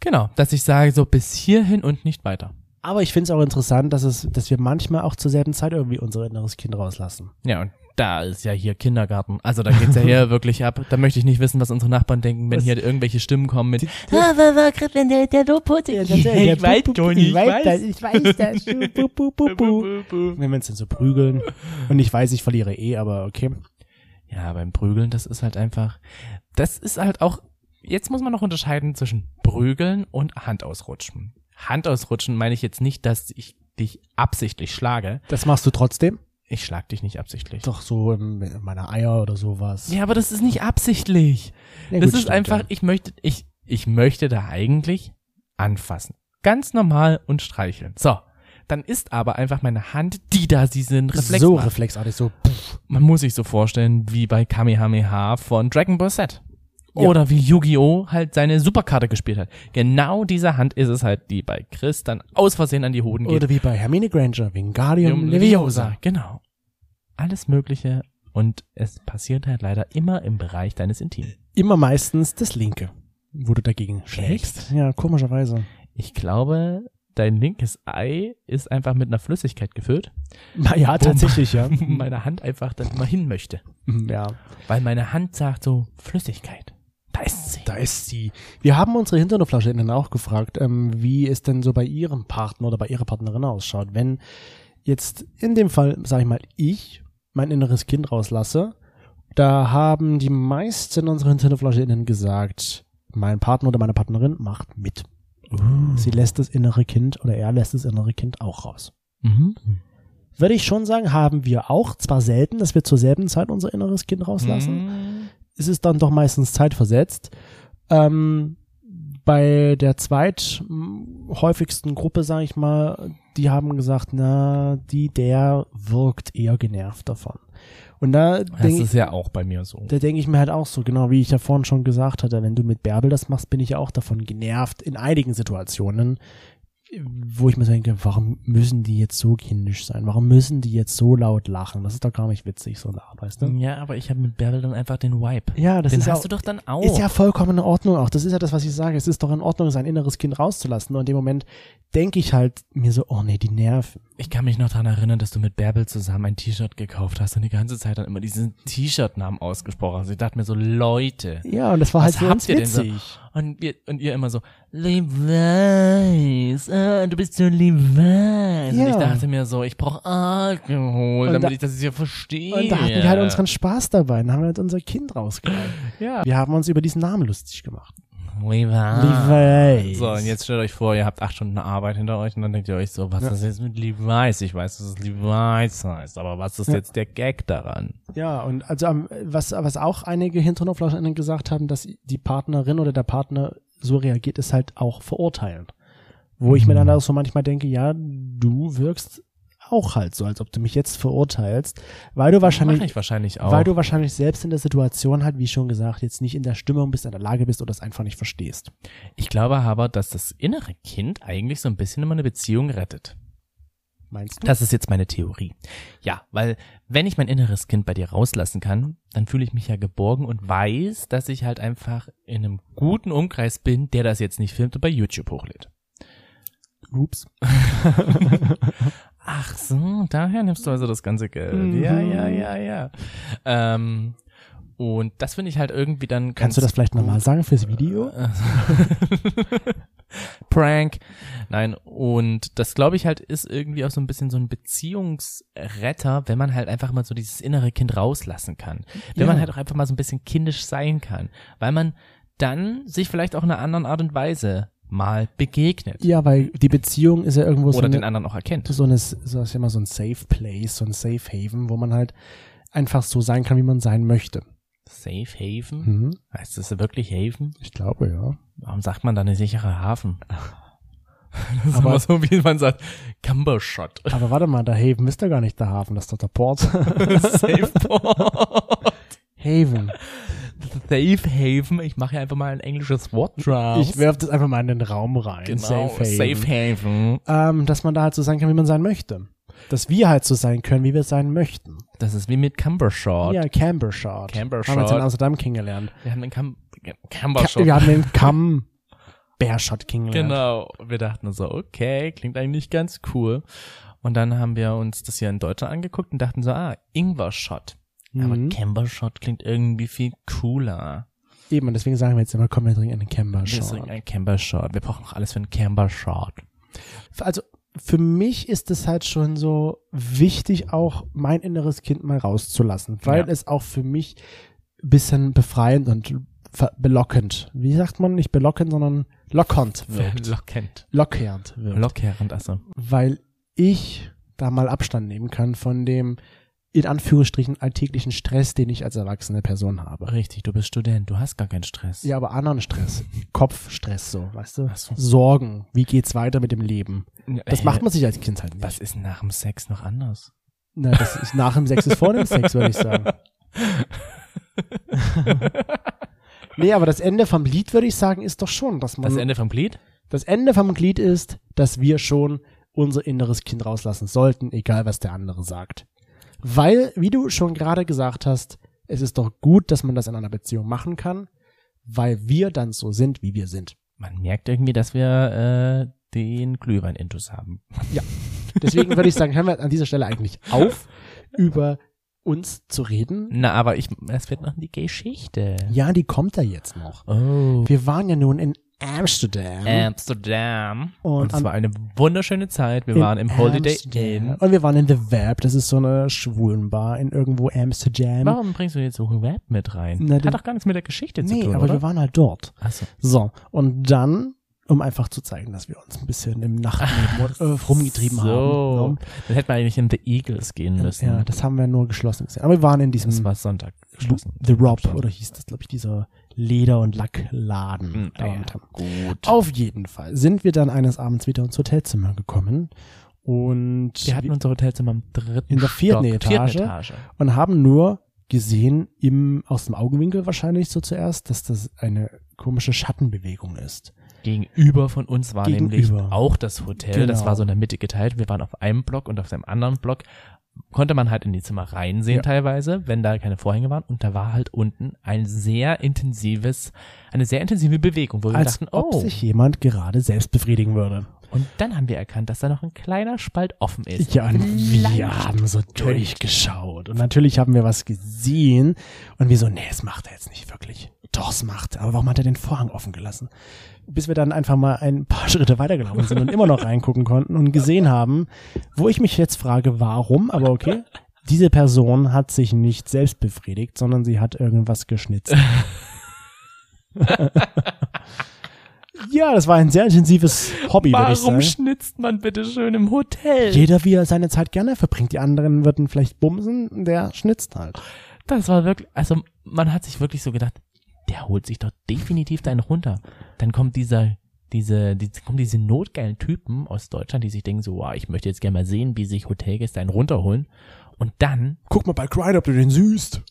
Speaker 3: Genau, dass ich sage, so bis hierhin und nicht weiter.
Speaker 1: Aber ich finde es auch interessant, dass es, dass wir manchmal auch zur selben Zeit irgendwie unser inneres Kind rauslassen.
Speaker 3: Ja, und da ist ja hier Kindergarten. Also da geht's ja hier wirklich ab. Da möchte ich nicht wissen, was unsere Nachbarn denken, wenn
Speaker 1: Was-
Speaker 3: hier irgendwelche Stimmen kommen mit,
Speaker 4: Ah, war, war, grad, wenn der, der so putzig ist.
Speaker 1: ich
Speaker 3: weiß, Toni, ich weiß.
Speaker 1: das, ich weiß das. Bu, bu, bu, bu. Wenn wir uns dann so prügeln. Und ich weiß, ich verliere eh, aber okay.
Speaker 3: Ja, beim Prügeln, das ist halt einfach, das ist halt auch, jetzt muss man noch unterscheiden zwischen Prügeln und Hand ausrutschen. Hand ausrutschen meine ich jetzt nicht, dass ich dich absichtlich schlage.
Speaker 1: Das machst du trotzdem?
Speaker 3: Ich schlag dich nicht absichtlich.
Speaker 1: Doch so ähm, in meiner Eier oder sowas.
Speaker 3: Ja, aber das ist nicht absichtlich.
Speaker 1: Ja,
Speaker 3: das
Speaker 1: gut,
Speaker 3: ist
Speaker 1: stimmt,
Speaker 3: einfach,
Speaker 1: ja.
Speaker 3: ich möchte, ich, ich möchte da eigentlich anfassen. Ganz normal und streicheln. So. Dann ist aber einfach meine Hand, die da diesen Reflex
Speaker 1: so
Speaker 3: macht.
Speaker 1: reflexartig, so.
Speaker 3: Man muss sich so vorstellen, wie bei Kamehameha von Dragon Ball Z. Oder wie Yu-Gi-Oh! halt seine Superkarte gespielt hat. Genau diese Hand ist es halt, die bei Chris dann aus Versehen an die Hoden geht.
Speaker 1: Oder wie bei Hermine Granger, Wingardium
Speaker 3: Leviosa.
Speaker 1: Leviosa.
Speaker 3: Genau. Alles Mögliche. Und es passiert halt leider immer im Bereich deines Intim.
Speaker 1: Immer meistens das linke, wo du dagegen schlägst. Ja, komischerweise.
Speaker 3: Ich glaube, dein linkes Ei ist einfach mit einer Flüssigkeit gefüllt.
Speaker 1: Na Ja, tatsächlich, ja.
Speaker 3: wo meine Hand einfach dann immer hin möchte.
Speaker 1: ja.
Speaker 3: Weil meine Hand sagt so, Flüssigkeit. Da ist sie.
Speaker 1: Da ist sie. Wir haben unsere HinternoflaschInnen auch gefragt, ähm, wie es denn so bei ihrem Partner oder bei ihrer Partnerin ausschaut. Wenn jetzt in dem Fall, sag ich mal, ich mein inneres Kind rauslasse, da haben die meisten unserer HinternoflaschInnen gesagt, mein Partner oder meine Partnerin macht mit. Sie lässt das innere Kind oder er lässt das innere Kind auch raus.
Speaker 3: Mhm.
Speaker 1: Würde ich schon sagen, haben wir auch, zwar selten, dass wir zur selben Zeit unser inneres Kind rauslassen, ist es dann doch meistens zeitversetzt. Ähm, bei der zweithäufigsten Gruppe, sage ich mal, die haben gesagt, na, die, der wirkt eher genervt davon. Und da
Speaker 3: Das
Speaker 1: denke
Speaker 3: ist ja auch bei mir so.
Speaker 1: da denk ich mir halt auch so, genau wie ich ja vorhin schon gesagt hatte, wenn du mit Bärbel das machst, bin ich ja auch davon genervt in einigen Situationen, wo ich mir so denke, warum müssen die jetzt so kindisch sein? Warum müssen die jetzt so laut lachen? Das ist doch gar nicht witzig, so eine Art, weißt du?
Speaker 3: Ja, aber ich habe mit Bärbel dann einfach den Wipe.
Speaker 1: Ja, das
Speaker 3: den
Speaker 1: ist
Speaker 3: hast
Speaker 1: auch,
Speaker 3: du doch dann auch.
Speaker 1: ist ja vollkommen in Ordnung auch. Das ist ja das, was ich sage. Es ist doch in Ordnung, sein inneres Kind rauszulassen. Und in dem Moment denke ich halt mir so, oh nee, die Nerven.
Speaker 3: Ich kann mich noch daran erinnern, dass du mit Bärbel zusammen ein T-Shirt gekauft hast und die ganze Zeit dann immer diesen T-Shirt-Namen ausgesprochen hast. Ich dachte mir so, Leute.
Speaker 1: Ja, und das war
Speaker 3: Was
Speaker 1: halt für
Speaker 3: habt
Speaker 1: uns
Speaker 3: ihr denn so?
Speaker 1: witzig.
Speaker 3: Und, wir, und ihr immer so, Levi's, ah, du bist so Levi's. Und
Speaker 1: Ja.
Speaker 3: ich dachte mir so, ich brauche Alkohol,
Speaker 1: Und
Speaker 3: damit
Speaker 1: da-
Speaker 3: ich das hier verstehe.
Speaker 1: Und da hatten wir halt unseren Spaß dabei. Dann haben wir halt unser Kind rausgenommen.
Speaker 3: Ja.
Speaker 1: Wir haben uns über diesen Namen lustig gemacht.
Speaker 3: Levi's.
Speaker 1: Levi's.
Speaker 3: So, und jetzt stellt euch vor, ihr habt acht Stunden Arbeit hinter euch und dann denkt ihr euch so, was ist jetzt mit Levi's? Ich weiß, dass es Levi's heißt, aber was ist
Speaker 1: Ja.
Speaker 3: jetzt der Gag daran?
Speaker 1: Ja, und also am- was, was auch einige HinternoflauscherInnen gesagt haben, dass die Partnerin oder der Partner so reagiert, ist halt auch verurteilen. Wo ich mir
Speaker 3: Mhm.
Speaker 1: dann auch so manchmal denke, ja, du wirkst auch halt so, als ob du mich jetzt verurteilst, weil du
Speaker 3: Mache
Speaker 1: wahrscheinlich,
Speaker 3: ich wahrscheinlich auch.
Speaker 1: weil du wahrscheinlich selbst in der Situation halt, wie schon gesagt, jetzt nicht in der Stimmung bist, in der Lage bist oder es einfach nicht verstehst.
Speaker 3: Ich glaube aber, dass das innere Kind eigentlich so ein bisschen immer eine Beziehung rettet.
Speaker 1: Meinst du?
Speaker 3: Das ist jetzt meine Theorie. Ja, weil wenn ich mein inneres Kind bei dir rauslassen kann, dann fühle ich mich ja geborgen und weiß, dass ich halt einfach in einem guten Umkreis bin, der das jetzt nicht filmt und bei YouTube hochlädt.
Speaker 1: Ups.
Speaker 3: Ach so, daher nimmst du also das ganze Geld.
Speaker 1: Mhm.
Speaker 3: Ja, ja, ja, ja. Ähm, und das finde ich halt irgendwie dann
Speaker 1: Kannst du das vielleicht nochmal sagen fürs Video?
Speaker 3: Prank. Nein, und das glaube ich halt ist irgendwie auch so ein bisschen so ein Beziehungsretter, wenn man halt einfach mal so dieses innere Kind rauslassen kann. Wenn
Speaker 1: Ja.
Speaker 3: man halt auch einfach mal so ein bisschen kindisch sein kann, weil man dann sich vielleicht auch in einer anderen Art und Weise mal begegnet
Speaker 1: Ja, weil die Beziehung ist ja irgendwo so
Speaker 3: oder
Speaker 1: eine,
Speaker 3: den anderen auch erkennt.
Speaker 1: so eine, so ist ja immer so ein Safe Place, so ein Safe Haven, wo man halt einfach so sein kann, wie man sein möchte.
Speaker 3: Safe Haven?
Speaker 1: Mhm.
Speaker 3: Heißt das wirklich Haven?
Speaker 1: Ich glaube, ja.
Speaker 3: Warum sagt man da eine sichere Hafen? Das ist
Speaker 1: Aber-
Speaker 3: immer so, wie man sagt, Cumbershot.
Speaker 1: Aber warte mal, der Haven ist doch gar nicht der Hafen, das ist doch der Port.
Speaker 3: Safe Port.
Speaker 1: Haven.
Speaker 3: Safe Haven. Ich mache ja einfach mal ein englisches Wort draus.
Speaker 1: Ich werf das einfach mal in den Raum rein.
Speaker 3: genau,
Speaker 1: Safe Haven.
Speaker 3: Safe Haven.
Speaker 1: Ähm, dass man da halt so sein kann, wie man sein möchte. Dass wir halt so sein können, wie wir sein möchten.
Speaker 3: Das ist wie mit Cumbershot.
Speaker 1: Ja, Cambershot.
Speaker 3: Cambershot.
Speaker 1: Haben wir uns in Amsterdam kennengelernt.
Speaker 3: Wir haben den Cum
Speaker 1: Ka
Speaker 3: Cumbershot.
Speaker 1: wir haben den Cam Bearshot kennengelernt.
Speaker 3: Genau. Wir dachten uns so, okay, klingt eigentlich ganz cool. Und dann haben wir uns das hier in Deutschland angeguckt und dachten so, ah, Ingwer-Shot. Aber
Speaker 1: Mhm.
Speaker 3: Cambershot klingt irgendwie viel cooler.
Speaker 1: Eben, und deswegen sagen wir jetzt immer, komm, wir trinken einen
Speaker 3: Wir
Speaker 1: Cambershot.
Speaker 3: trinken einen Cambershot. Wir brauchen auch alles für einen Cambershot.
Speaker 1: also für mich ist es halt schon so wichtig, auch mein inneres Kind mal rauszulassen, weil
Speaker 3: Ja.
Speaker 1: es auch für mich ein bisschen befreiend und ver- belockend, wie sagt man, nicht belockend, sondern lockernd wirkt.
Speaker 3: Lockend.
Speaker 1: Lockernd wirkt.
Speaker 3: Lockerend, also.
Speaker 1: weil ich da mal Abstand nehmen kann von dem, in Anführungsstrichen alltäglichen Stress, den ich als erwachsene Person habe.
Speaker 3: Richtig, du bist Student, du hast gar keinen Stress.
Speaker 1: Ja, aber anderen Stress. Kopfstress so, weißt du?
Speaker 3: Ach so.
Speaker 1: Sorgen. Wie geht's weiter mit dem Leben? Das
Speaker 3: Hä?
Speaker 1: macht man sich als Kind halt nicht.
Speaker 3: Äh, Was ist nach dem Sex noch anders?
Speaker 1: Na, das ist nach dem Sex ist vor dem Sex, würde ich sagen. nee, aber das Ende vom Lied, würde ich sagen, ist doch schon, dass man.
Speaker 3: Das Ende vom Glied?
Speaker 1: das Ende vom Lied ist, dass wir schon unser inneres Kind rauslassen sollten, egal was der andere sagt. Weil, wie du schon gerade gesagt hast, es ist doch gut, dass man das in einer Beziehung machen kann, weil wir dann so sind, wie wir sind.
Speaker 3: Man merkt irgendwie, dass wir äh, den Glühwein-Intus haben.
Speaker 1: Deswegen würde ich sagen, hören wir an dieser Stelle eigentlich auf, über uns zu reden.
Speaker 3: Na, aber ich, es wird noch die Geschichte.
Speaker 1: Ja, die kommt da jetzt noch.
Speaker 3: Oh.
Speaker 1: Wir waren ja nun in Amsterdam.
Speaker 3: Ähm, Amsterdam.
Speaker 1: Und
Speaker 3: Und es
Speaker 1: am-
Speaker 3: war eine wunderschöne Zeit. Wir
Speaker 1: In
Speaker 3: waren im Holiday
Speaker 1: Amsterdam.
Speaker 3: Inn.
Speaker 1: Und wir waren in The Verb, das ist so eine Schwulenbar in irgendwo Amsterdam.
Speaker 3: Warum bringst du jetzt so einen Rap mit rein?
Speaker 1: Na, den-
Speaker 3: Hat doch gar nichts mit der Geschichte zu
Speaker 1: Nee,
Speaker 3: tun,
Speaker 1: aber
Speaker 3: oder?
Speaker 1: wir waren halt dort.
Speaker 3: Achso.
Speaker 1: So, und dann, um einfach zu zeigen, dass wir uns ein bisschen im Nachtleben äh, rumgetrieben
Speaker 3: so.
Speaker 1: haben. ne?
Speaker 3: Dann hätten wir eigentlich in The Eagles gehen müssen.
Speaker 1: Ja, das haben wir nur geschlossen gesehen. Aber wir waren in diesem
Speaker 3: das war Sonntag geschlossen.
Speaker 1: The Rob, oder hieß das, glaube ich, dieser Leder- und Lackladen.
Speaker 3: Mhm, ah ja.
Speaker 1: Und haben-
Speaker 3: Gut.
Speaker 1: Auf jeden Fall sind wir dann eines Abends wieder ins Hotelzimmer gekommen und
Speaker 3: Wir hatten unser Hotelzimmer im dritten
Speaker 1: In der vierten
Speaker 3: Stock,
Speaker 1: Etage.
Speaker 3: Vierten Etage.
Speaker 1: und haben nur gesehen, im, aus dem Augenwinkel wahrscheinlich so zuerst, dass das eine komische Schattenbewegung ist.
Speaker 3: Also Gegenüber von uns war nämlich
Speaker 1: Gegenüber.
Speaker 3: auch das Hotel. Das
Speaker 1: Genau.
Speaker 3: war so in der Mitte geteilt. Wir waren auf einem Block und auf dem anderen Block konnte man halt in die Zimmer reinsehen
Speaker 1: Ja.
Speaker 3: teilweise, wenn da keine Vorhänge waren. Und da war halt unten ein sehr intensives, eine sehr intensive Bewegung, wo wir
Speaker 1: Als
Speaker 3: dachten,
Speaker 1: ob
Speaker 3: oh.
Speaker 1: sich jemand gerade selbst befriedigen würde.
Speaker 3: Und dann haben wir erkannt, dass da noch ein kleiner Spalt offen ist.
Speaker 1: Ja, und wir haben so durchgeschaut. Und natürlich haben wir was gesehen. Und wir so, nee, es macht er jetzt nicht wirklich. Doch, es macht er. Aber warum hat er den Vorhang offen gelassen? Bis wir dann einfach mal ein paar Schritte weitergelaufen sind und immer noch reingucken konnten und gesehen haben, wo ich mich jetzt frage, warum, aber okay. Diese Person hat sich nicht selbst befriedigt, sondern sie hat irgendwas geschnitzt. ja, das war ein sehr intensives Hobby, würde ich sagen.
Speaker 3: Warum schnitzt man bitte schön im Hotel?
Speaker 1: Jeder, wie er seine Zeit gerne verbringt. Die anderen würden vielleicht bumsen, der schnitzt halt.
Speaker 3: Das war wirklich, also man hat sich wirklich so gedacht, der holt sich doch definitiv deinen runter. Dann kommt dieser, diese, die, kommen diese notgeilen Typen aus Deutschland, die sich denken so, wow, ich möchte jetzt gerne mal sehen, wie sich Hotelgäste einen runterholen. Und dann
Speaker 1: Guck mal bei Crying, ob du den süßt.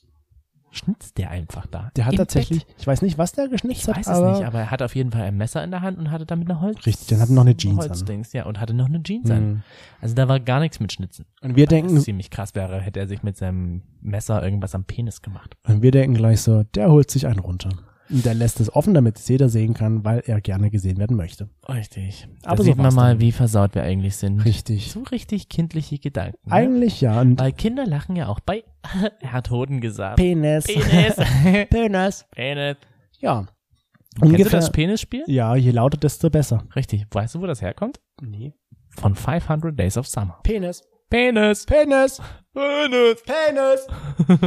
Speaker 3: schnitzt der einfach da.
Speaker 1: Der hat
Speaker 3: Im
Speaker 1: tatsächlich,
Speaker 3: Bett.
Speaker 1: ich weiß nicht, was der geschnitzt
Speaker 3: Ich
Speaker 1: hat,
Speaker 3: weiß es
Speaker 1: aber
Speaker 3: nicht, aber er hat auf jeden Fall ein Messer in der Hand und hatte damit eine Holz.
Speaker 1: Richtig, dann hat er noch eine Jeans an.
Speaker 3: Holzdings, ja, und hatte noch eine Jeans an.
Speaker 1: Mhm.
Speaker 3: Also da war gar nichts mit Schnitzen.
Speaker 1: Und wir
Speaker 3: Was
Speaker 1: denken,
Speaker 3: ziemlich krass wäre, hätte er sich mit seinem Messer irgendwas am Penis gemacht.
Speaker 1: und wir denken gleich so, der holt sich einen runter. Und der lässt es offen, damit es jeder sehen kann, weil er gerne gesehen werden möchte.
Speaker 3: Richtig. Da
Speaker 1: Aber so
Speaker 3: sieht man
Speaker 1: war's
Speaker 3: mal,
Speaker 1: dann.
Speaker 3: wie versaut wir eigentlich sind.
Speaker 1: Richtig.
Speaker 3: So richtig kindliche Gedanken. ne?
Speaker 1: Eigentlich ja. Und
Speaker 3: Weil Kinder lachen ja auch bei, er hat Hoden gesagt.
Speaker 1: Penis.
Speaker 3: Penis.
Speaker 1: Penis.
Speaker 3: Penis.
Speaker 1: Ja.
Speaker 3: Kennst du
Speaker 1: Ungefähr.
Speaker 3: das Penisspiel?
Speaker 1: ja, je lauter, desto besser.
Speaker 3: Richtig. Weißt du, wo das herkommt?
Speaker 1: Nee.
Speaker 3: Von 500 Days of Summer.
Speaker 1: Penis.
Speaker 3: Penis.
Speaker 1: Penis.
Speaker 3: Penis.
Speaker 1: Penis.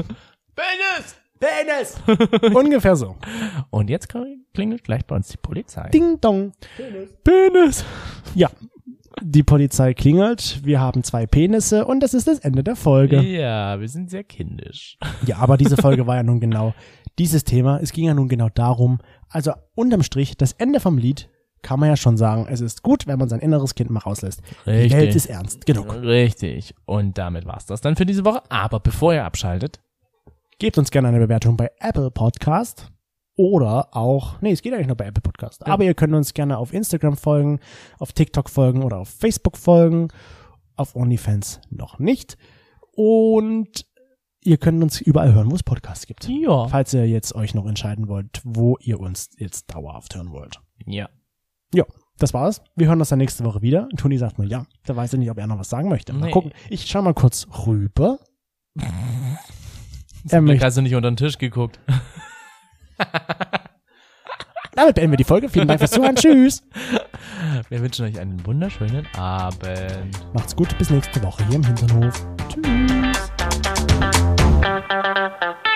Speaker 3: Penis.
Speaker 1: Penis. Ungefähr so.
Speaker 3: Und jetzt klingelt gleich bei uns die Polizei.
Speaker 1: Ding dong.
Speaker 3: Penis.
Speaker 1: Ja. Die Polizei klingelt, wir haben zwei Penisse und das ist das Ende der Folge.
Speaker 3: Ja, wir sind sehr kindisch.
Speaker 1: Ja, aber diese Folge war ja nun genau dieses Thema. Es ging ja nun genau darum. Also unterm Strich, das Ende vom Lied kann man ja schon sagen. Es ist gut, wenn man sein inneres Kind mal rauslässt. Die
Speaker 3: Richtig.
Speaker 1: Welt ist ernst genug.
Speaker 3: Richtig. Und damit war's das dann für diese Woche. Aber bevor ihr abschaltet,
Speaker 1: Gebt uns gerne eine Bewertung bei Apple Podcast oder auch, nee, es geht eigentlich nur bei Apple Podcast. Aber ihr könnt uns gerne auf Instagram folgen, auf TikTok folgen oder auf Facebook folgen, auf OnlyFans noch nicht. Und ihr könnt uns überall hören, wo es Podcasts gibt.
Speaker 3: ja.
Speaker 1: Falls ihr jetzt euch noch entscheiden wollt, wo ihr uns jetzt dauerhaft hören wollt.
Speaker 3: Ja.
Speaker 1: Ja, das war's. Wir hören uns dann nächste Woche wieder. Toni sagt nur ja. Da weiß er nicht, ob er noch was sagen möchte. Mal
Speaker 3: Nee.
Speaker 1: gucken. Ich schau mal kurz rüber. er
Speaker 3: Zum Glück
Speaker 1: möchte
Speaker 3: hast du nicht unter den Tisch geguckt.
Speaker 1: Damit beenden wir die Folge. Vielen Dank fürs Zuhören. Tschüss.
Speaker 3: Wir wünschen euch einen wunderschönen Abend.
Speaker 1: Macht's gut. Bis nächste Woche hier im Hinternhof.
Speaker 3: Tschüss.